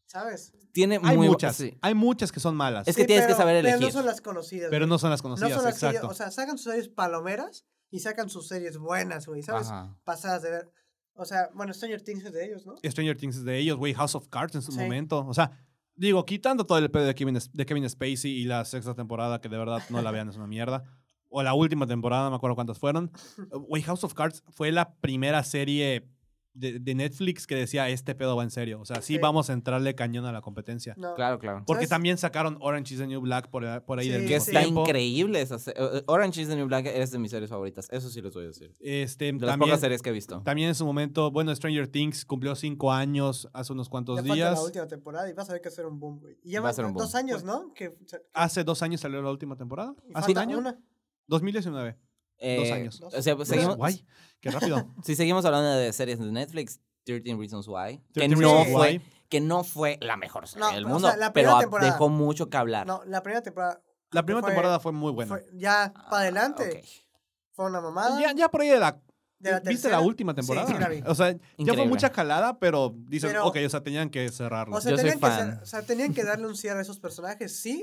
Speaker 2: ¿sabes?
Speaker 3: Tiene
Speaker 1: hay
Speaker 3: muy bu-
Speaker 1: muchas,
Speaker 3: sí.
Speaker 1: hay muchas que son malas,
Speaker 3: Es que tienes que saber
Speaker 2: Pero no
Speaker 3: elegir.
Speaker 2: son las conocidas.
Speaker 1: pero
Speaker 2: güey.
Speaker 1: no son las
Speaker 2: No
Speaker 1: conocidas,
Speaker 2: son las que
Speaker 1: exacto.
Speaker 2: yo- o sea, sacan sus series palomeras y sacan sus series buenas, güey, ¿sabes?
Speaker 3: Ajá.
Speaker 2: Pasadas de ver. O sea, bueno, Stranger Things es de ellos, ¿no?
Speaker 1: Stranger Things es de ellos, güey, House of Cards en su
Speaker 2: Sí.
Speaker 1: momento, o sea, digo, quitando todo el pedo de Kevin, de Kevin Spacey y la sexta temporada que de verdad no la vean es una mierda. O la última temporada, no me acuerdo cuántas fueron. Güey, House of Cards fue la primera serie de, de Netflix que decía, este pedo va en serio. O sea, sí
Speaker 2: Sí.
Speaker 1: vamos a entrarle cañón a la competencia.
Speaker 2: No.
Speaker 3: Claro, claro.
Speaker 1: Porque
Speaker 2: ¿Sabes?
Speaker 1: también sacaron Orange is the New Black por, eh, por ahí
Speaker 2: Sí,
Speaker 1: del
Speaker 2: sí.
Speaker 1: mismo
Speaker 3: Que está
Speaker 1: tiempo.
Speaker 3: increíble esa se- eh, Orange is the New Black es de mis series favoritas, eso sí les voy a decir.
Speaker 1: Este,
Speaker 3: De las
Speaker 1: también,
Speaker 3: pocas series que he visto.
Speaker 1: también en su momento, bueno, Stranger Things cumplió cinco años hace unos
Speaker 2: Ya
Speaker 1: cuantos
Speaker 2: falta
Speaker 1: días.
Speaker 2: la última temporada y vas a ver que hacer un boom, güey. Y ya
Speaker 3: Va a
Speaker 2: van
Speaker 3: ser un boom.
Speaker 2: dos años, ¿no? Que, que-
Speaker 3: ¿Ah,
Speaker 1: Hace dos años salió la última temporada.
Speaker 2: y
Speaker 1: ¿Hace un
Speaker 2: falta
Speaker 1: año?
Speaker 2: una.
Speaker 1: 2019.
Speaker 3: Eh,
Speaker 1: Dos años.
Speaker 3: O sea, pues, seguimos,
Speaker 1: Guay, qué
Speaker 2: *laughs*
Speaker 1: rápido.
Speaker 3: si seguimos hablando de series de Netflix, 13 Reasons Why, que
Speaker 1: 13
Speaker 3: no
Speaker 1: Reasons
Speaker 3: fue
Speaker 1: Why.
Speaker 3: que no fue la mejor serie
Speaker 2: No,
Speaker 3: del
Speaker 2: pero, o
Speaker 3: mundo,
Speaker 2: sea, la
Speaker 3: pero
Speaker 2: primera
Speaker 3: a-
Speaker 2: temporada.
Speaker 3: dejó mucho que hablar.
Speaker 2: No, la primera temporada
Speaker 1: La primera
Speaker 2: Fue-
Speaker 1: temporada fue muy buena.
Speaker 2: fue ya
Speaker 3: Ah,
Speaker 2: para adelante.
Speaker 3: ok. Pues
Speaker 2: Fue una mamada.
Speaker 1: Ya, ya por ahí de la.
Speaker 2: de la
Speaker 1: ¿Viste
Speaker 2: tercera.
Speaker 1: la última temporada?
Speaker 2: Sí, sí la vi.
Speaker 1: *laughs* O sea, ya fue
Speaker 3: Increíble.
Speaker 1: mucha jalada, pero dices,
Speaker 2: Pero-
Speaker 1: ok, o sea, tenían que cerrarlo.
Speaker 2: O sea,
Speaker 3: Yo soy
Speaker 2: tenían que,
Speaker 3: fan.
Speaker 2: ser- o sea, tenían que darle un cierre a esos personajes, sí,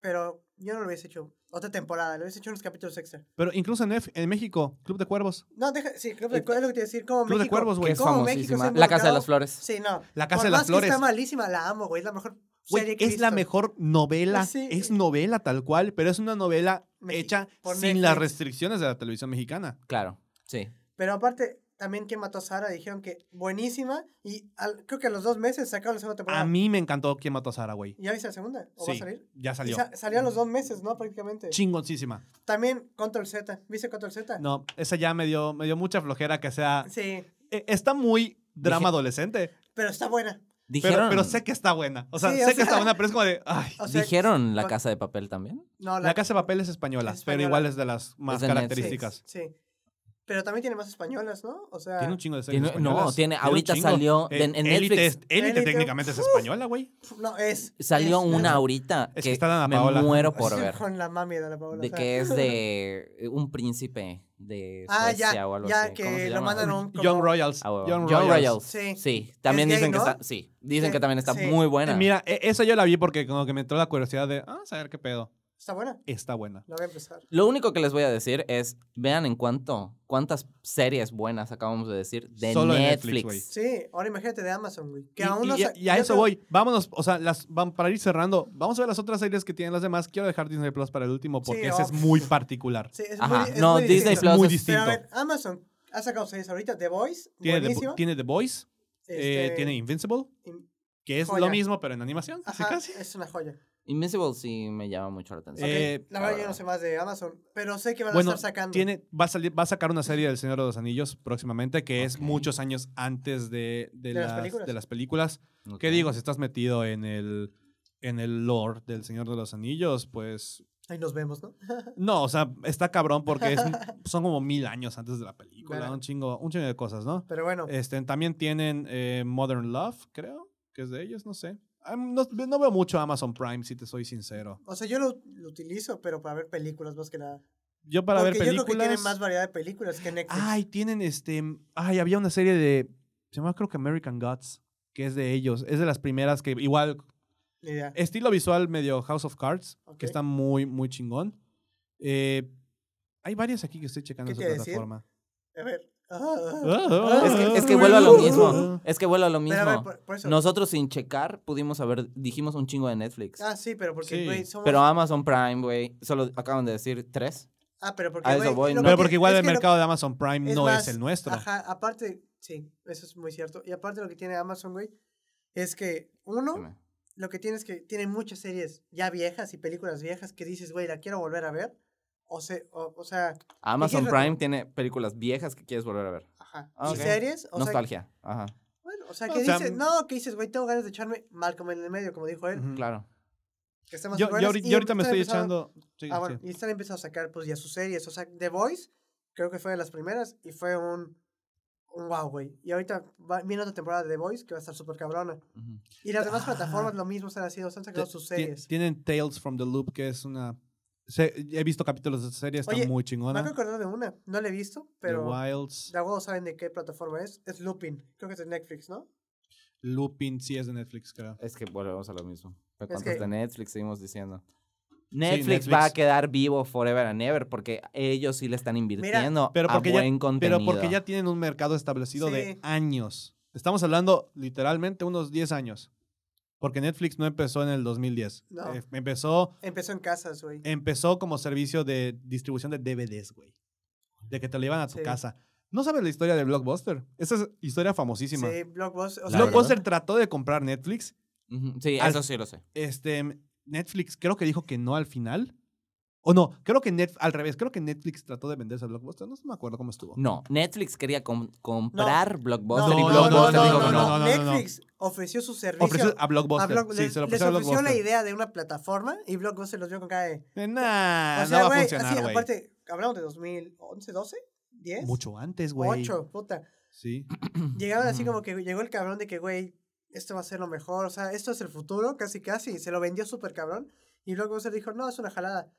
Speaker 2: pero yo no lo hubiese hecho otra temporada, lo hubiese hecho unos capítulos extra.
Speaker 1: pero incluso en, F- en México, Club de Cuervos,
Speaker 2: No, deja, sí, Club de Cuervos es lo que te iba a decir, como
Speaker 1: Club de
Speaker 2: México.
Speaker 1: Cuervos,
Speaker 3: Que
Speaker 1: güey.
Speaker 3: es
Speaker 2: ¿Cómo México se ha
Speaker 3: famosísima. La Casa de
Speaker 2: involucrado?
Speaker 3: las Flores.
Speaker 2: Sí, no.
Speaker 1: La Casa
Speaker 2: Por
Speaker 1: de las
Speaker 2: más
Speaker 1: Flores.
Speaker 2: Que está malísima, la amo, güey, es la mejor
Speaker 1: Güey,
Speaker 2: Pues serie que he
Speaker 1: es la
Speaker 2: visto.
Speaker 1: mejor novela,
Speaker 2: Sí.
Speaker 1: es novela tal cual, pero es una novela
Speaker 2: Mexi-
Speaker 1: hecha
Speaker 2: por
Speaker 1: sin las
Speaker 2: Netflix.
Speaker 1: restricciones de la televisión mexicana.
Speaker 3: Claro, sí.
Speaker 2: Pero aparte, también que mató a Sara, dijeron que buenísima, y al- creo que a los dos meses sacaron la segunda temporada.
Speaker 1: A mí me encantó quién mató a Sara, güey.
Speaker 2: ¿Ya viste la segunda? ¿O va a
Speaker 1: Sí,
Speaker 2: salir? eh.
Speaker 1: ya
Speaker 2: Y
Speaker 1: salió. Mm.
Speaker 2: sa- salió a los dos meses, ¿no? Prácticamente.
Speaker 1: Chingoncísima.
Speaker 2: También Control Z. ¿Viste Control Z?
Speaker 1: No, esa ya me dio, me dio mucha flojera que sea.
Speaker 2: Ah. Sí,
Speaker 1: Eh, Está muy drama
Speaker 3: Dije-
Speaker 1: adolescente,
Speaker 2: pero está buena.
Speaker 1: pero,
Speaker 3: Dijeron,
Speaker 1: pero sé que está buena. O sea,
Speaker 2: Sí,
Speaker 1: sé
Speaker 2: o
Speaker 1: que
Speaker 2: sea-
Speaker 1: está buena, pero es como de.
Speaker 2: *laughs*
Speaker 1: Ay.
Speaker 2: O sea,
Speaker 3: dijeron la
Speaker 2: con-
Speaker 3: casa de papel también.
Speaker 2: No,
Speaker 1: La Casa de Papel es española,
Speaker 2: Es
Speaker 1: pero
Speaker 2: española.
Speaker 1: igual es de las más
Speaker 3: de Netflix.
Speaker 1: características.
Speaker 2: Sí, sí. Pero también tiene más españolas, ¿no? O sea,
Speaker 1: Tiene un chingo de series
Speaker 3: Tiene- no,
Speaker 1: españolas.
Speaker 3: tiene-
Speaker 1: un
Speaker 3: ahorita
Speaker 1: chingo.
Speaker 3: salió
Speaker 1: Eh,
Speaker 3: de- en
Speaker 1: Élite
Speaker 3: Netflix.
Speaker 1: es- Élite
Speaker 2: Élite,
Speaker 1: técnicamente es española, güey.
Speaker 2: no, es.
Speaker 3: Salió
Speaker 2: es-
Speaker 3: una ahorita
Speaker 1: Es que
Speaker 3: que,
Speaker 1: está Dana
Speaker 3: me
Speaker 1: Paola.
Speaker 2: *laughs*
Speaker 3: muero
Speaker 2: es
Speaker 3: por ver.
Speaker 2: Con la mami de la Paola.
Speaker 3: De
Speaker 2: o sea.
Speaker 3: que es de un príncipe de
Speaker 2: Ah,
Speaker 3: Suecia
Speaker 2: ya,
Speaker 3: o algo
Speaker 2: ya,
Speaker 3: así. ¿Cómo
Speaker 2: que
Speaker 3: se
Speaker 2: lo
Speaker 3: llama?
Speaker 2: mandan a un- como-
Speaker 1: Young Royals.
Speaker 3: Ah, huevo.
Speaker 1: Young
Speaker 3: John
Speaker 1: Royals.
Speaker 3: Royals.
Speaker 2: Sí.
Speaker 3: Sí, también
Speaker 2: Es gay,
Speaker 3: dicen que
Speaker 2: ¿no?
Speaker 3: está. Sí, dicen
Speaker 2: Sí,
Speaker 3: que también está
Speaker 2: sí.
Speaker 3: muy buena.
Speaker 1: Eh, Mira, e- esa yo la vi porque como que me entró la curiosidad de, ah, vamos a ver qué pedo.
Speaker 2: Está buena.
Speaker 1: Está buena.
Speaker 2: La voy a empezar.
Speaker 3: Lo único que les voy a decir es, vean en cuánto, cuántas series buenas acabamos de decir de
Speaker 1: Solo en Netflix,
Speaker 3: Netflix.
Speaker 1: güey.
Speaker 2: Sí, ahora imagínate de Amazon, güey. Que
Speaker 1: y,
Speaker 2: aún no
Speaker 1: y-
Speaker 2: sa-
Speaker 1: y a
Speaker 2: yo
Speaker 1: eso
Speaker 2: creo-
Speaker 1: voy. Vámonos, o sea, las, van, para ir cerrando, vamos a ver las otras series que tienen las demás. Quiero dejar Disney Plus para el último porque
Speaker 2: Sí,
Speaker 1: ese
Speaker 2: oh.
Speaker 1: es muy particular.
Speaker 2: Sí, es
Speaker 3: Ajá,
Speaker 2: muy, es
Speaker 3: no,
Speaker 2: muy
Speaker 3: Disney
Speaker 2: distinto.
Speaker 3: Plus
Speaker 1: Muy
Speaker 3: es-
Speaker 1: distinto.
Speaker 2: Pero a ver, Amazon ha sacado series ahorita. The Voice,
Speaker 1: Tiene, The,
Speaker 2: buenísimo.
Speaker 1: tiene The Boys, eh,
Speaker 2: Este,
Speaker 1: tiene Invincible,
Speaker 2: in-
Speaker 1: que es lo
Speaker 2: Joya. Ah,
Speaker 1: mismo, pero en animación, casi
Speaker 2: ajá,
Speaker 1: casi.
Speaker 2: Es una joya.
Speaker 3: Invincible sí me llama mucho la atención.
Speaker 2: Ok,
Speaker 1: Eh,
Speaker 2: la verdad, yo no sé más de Amazon, pero sé que van
Speaker 1: Bueno,
Speaker 2: a estar sacando.
Speaker 1: Tiene, va, a salir, va a sacar una serie del Señor de los Anillos próximamente, que es
Speaker 3: Ok.
Speaker 1: muchos años antes de, de
Speaker 2: De las
Speaker 1: las,
Speaker 2: películas.
Speaker 1: de las películas.
Speaker 3: Ok.
Speaker 1: ¿Qué digo? Si estás metido en el, en el lore del Señor de los Anillos, pues...
Speaker 2: Ahí nos vemos, ¿no?
Speaker 1: No, o sea, está cabrón porque
Speaker 2: *laughs*
Speaker 1: es- son como mil años antes de la película,
Speaker 2: Verá.
Speaker 1: un chingo, un chingo de cosas, ¿no?
Speaker 2: Pero bueno,
Speaker 1: Este, también tienen eh, Modern Love, creo, que es de ellos, no sé. Ah, No, no veo mucho Amazon Prime, si te soy sincero.
Speaker 2: o sea, yo lo, lo utilizo, pero para ver películas más que nada.
Speaker 1: Yo para
Speaker 2: Porque
Speaker 1: ver películas...
Speaker 2: yo creo que tienen más variedad de películas que Netflix.
Speaker 1: Ay, tienen este. Ay, había una serie de. Se llama creo que American Gods, que es de ellos. Es de las primeras que. Igual,
Speaker 2: Ni idea.
Speaker 1: estilo visual medio House of Cards,
Speaker 2: Ok.
Speaker 1: que está muy, muy chingón. Eh, hay varias aquí que estoy checando
Speaker 2: ¿Qué
Speaker 1: en su
Speaker 2: te iba a decir?
Speaker 1: plataforma.
Speaker 2: A ver. Ah.
Speaker 1: Ah,
Speaker 3: Es que, es que
Speaker 1: Ah.
Speaker 3: vuelvo a lo mismo.
Speaker 1: Ah.
Speaker 3: Es que vuelvo a lo
Speaker 2: Pero a ver,
Speaker 3: mismo.
Speaker 2: por, por eso.
Speaker 3: Nosotros sin checar pudimos haber, dijimos un chingo de Netflix.
Speaker 2: Ah, sí, pero porque,
Speaker 1: Sí.
Speaker 2: güey, somos...
Speaker 3: Pero Amazon Prime, güey, solo acaban de decir tres.
Speaker 2: ah, pero porque,
Speaker 3: a eso
Speaker 2: güey,
Speaker 3: voy,
Speaker 2: lo
Speaker 3: ¿no?
Speaker 2: que-
Speaker 1: Pero porque igual
Speaker 2: es
Speaker 1: el
Speaker 2: que lo-
Speaker 1: mercado de Amazon Prime
Speaker 2: es
Speaker 1: no
Speaker 2: más,
Speaker 1: es el nuestro.
Speaker 2: Ajá, aparte, sí, eso es muy cierto. Y aparte lo que tiene Amazon, güey, es que, uno, lo que tiene es que tiene muchas series ya viejas y películas viejas que dices, güey, la quiero volver a ver. O, se, o, o sea,
Speaker 3: Amazon
Speaker 2: Fíjate.
Speaker 3: Prime tiene películas viejas que quieres volver a ver.
Speaker 2: ajá.
Speaker 3: Ah,
Speaker 2: y
Speaker 3: ok.
Speaker 2: series, o sea,
Speaker 3: Nostalgia. Ajá.
Speaker 2: Bueno, o sea,
Speaker 1: O
Speaker 2: que
Speaker 1: sea, mm.
Speaker 2: dices, no, que dices, güey, tengo ganas de echarme Malcolm en el medio, como dijo él.
Speaker 1: Ujú.
Speaker 3: Claro.
Speaker 2: Que está más
Speaker 1: Yo,
Speaker 2: buenas,
Speaker 1: yo ahorita,
Speaker 2: y
Speaker 1: yo ahorita me
Speaker 2: están
Speaker 1: estoy
Speaker 2: empezando-
Speaker 1: echando. sí,
Speaker 2: Ah, bueno,
Speaker 1: sí.
Speaker 2: y están empezando a sacar, pues, ya sus series. O sea, The Voice, creo que fue de las primeras y fue un, un wow, güey. Y ahorita va, viene otra temporada de The Voice que va a estar súper cabrona.
Speaker 3: Ujú.
Speaker 2: Y las demás
Speaker 1: Ah.
Speaker 2: plataformas lo mismo están haciendo, están sacando sus
Speaker 1: Ti-
Speaker 2: series.
Speaker 1: Tienen Tales from the Loop, que es una. se- he visto capítulos de esa serie, está
Speaker 2: Oye,
Speaker 1: muy
Speaker 2: Me
Speaker 1: chingona.
Speaker 2: acabo de acordar de una, no la he visto, pero
Speaker 1: The Wilds.
Speaker 2: de algo saben de qué plataforma es. Es Lupin, creo que es de Netflix, ¿no?
Speaker 1: Looping sí es de Netflix, creo.
Speaker 3: Es que volvemos a lo mismo. Pero
Speaker 2: Es
Speaker 3: cuántas
Speaker 2: que-
Speaker 3: de Netflix seguimos diciendo. Netflix,
Speaker 1: Netflix.
Speaker 3: va a quedar vivo forever and ever porque ellos sí le están invirtiendo
Speaker 1: pero porque
Speaker 3: a
Speaker 1: ya-
Speaker 3: buen contenido.
Speaker 1: Pero porque ya tienen un mercado establecido de
Speaker 2: Sí.
Speaker 1: años. Estamos hablando literalmente unos 10 años. Porque Netflix no empezó en el 2010.
Speaker 2: No.
Speaker 1: Eh, empezó,
Speaker 2: Empezó en casas, güey.
Speaker 1: empezó como servicio de distribución de DVDs, güey. De que te lo iban a tu
Speaker 2: Sí.
Speaker 1: casa. ¿No sabes la historia de Blockbuster? Esa es historia famosísima.
Speaker 2: Sí, Blockbuster. O
Speaker 3: La
Speaker 2: sea,
Speaker 3: verdad.
Speaker 1: Blockbuster trató de comprar Netflix.
Speaker 3: Ujú, Sí,
Speaker 1: Al-
Speaker 3: eso sí lo sé.
Speaker 1: Este, Netflix creo que dijo que no al final. O no, creo que Netflix, al revés, creo que Netflix trató de venderse a Blockbuster. No me acuerdo cómo estuvo.
Speaker 3: No, Netflix quería com- comprar Blockbuster y
Speaker 1: No, no,
Speaker 3: Blockbuster
Speaker 1: no,
Speaker 3: dijo
Speaker 1: no,
Speaker 3: que no.
Speaker 1: no, no, no.
Speaker 2: Netflix ofreció su servicio.
Speaker 1: Ofreció a Blockbuster.
Speaker 2: a Block-
Speaker 1: sí,
Speaker 2: les,
Speaker 1: se lo
Speaker 2: les
Speaker 1: ofreció a
Speaker 2: ofreció la
Speaker 1: Blockbuster.
Speaker 2: idea de una plataforma y Blockbuster los dio con cara de.
Speaker 1: Eh, Nah,
Speaker 2: O sea,
Speaker 1: no va a
Speaker 2: güey,
Speaker 1: funcionar,
Speaker 2: así,
Speaker 1: güey.
Speaker 2: aparte, hablamos de 2011, 12, 10.
Speaker 1: Mucho antes, güey.
Speaker 2: 8, puta.
Speaker 1: Sí.
Speaker 3: *clears throat*
Speaker 2: Llegaron así como que llegó el cabrón de que, güey, esto va a ser lo mejor, o sea, esto es el futuro, casi casi, y se lo vendió súper cabrón. Y luego se dijo, no, es una jalada.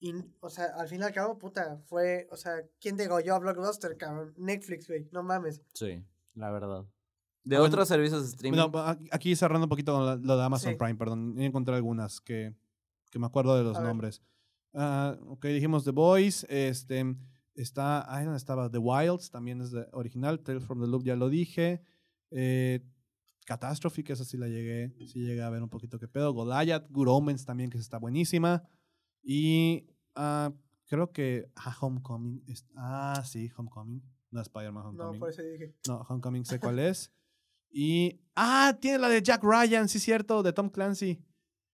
Speaker 2: Y, o sea, al fin y al cabo, puta, fue, o sea, ¿quién degolló a Blockbuster, cabrón? Netflix, güey, no mames.
Speaker 3: Sí, la verdad. De
Speaker 1: Bueno,
Speaker 3: otros servicios de streaming.
Speaker 1: Bueno, a- aquí cerrando un poquito con la- lo de Amazon
Speaker 2: Sí.
Speaker 1: Prime, perdón. Encontré algunas que, que me acuerdo de los
Speaker 2: A ver.
Speaker 1: nombres. Ah, ok, dijimos The Boys. Este, está, ahí donde estaba The Wilds, también es de- original. Tales from the Loop, ya lo dije. Eh, Catastrophe, que esa sí la llegué, sí llegué a ver un poquito qué pedo. Goliath, Good Omens también, que esa está buenísima. Y ah, creo que ah, Homecoming. es- ah, sí, Homecoming. No Spider-Man
Speaker 2: No,
Speaker 1: Homecoming.
Speaker 2: por eso dije.
Speaker 1: No, Homecoming sé cuál es. Y. Ah, tiene la de Jack Ryan, sí, cierto, de Tom Clancy.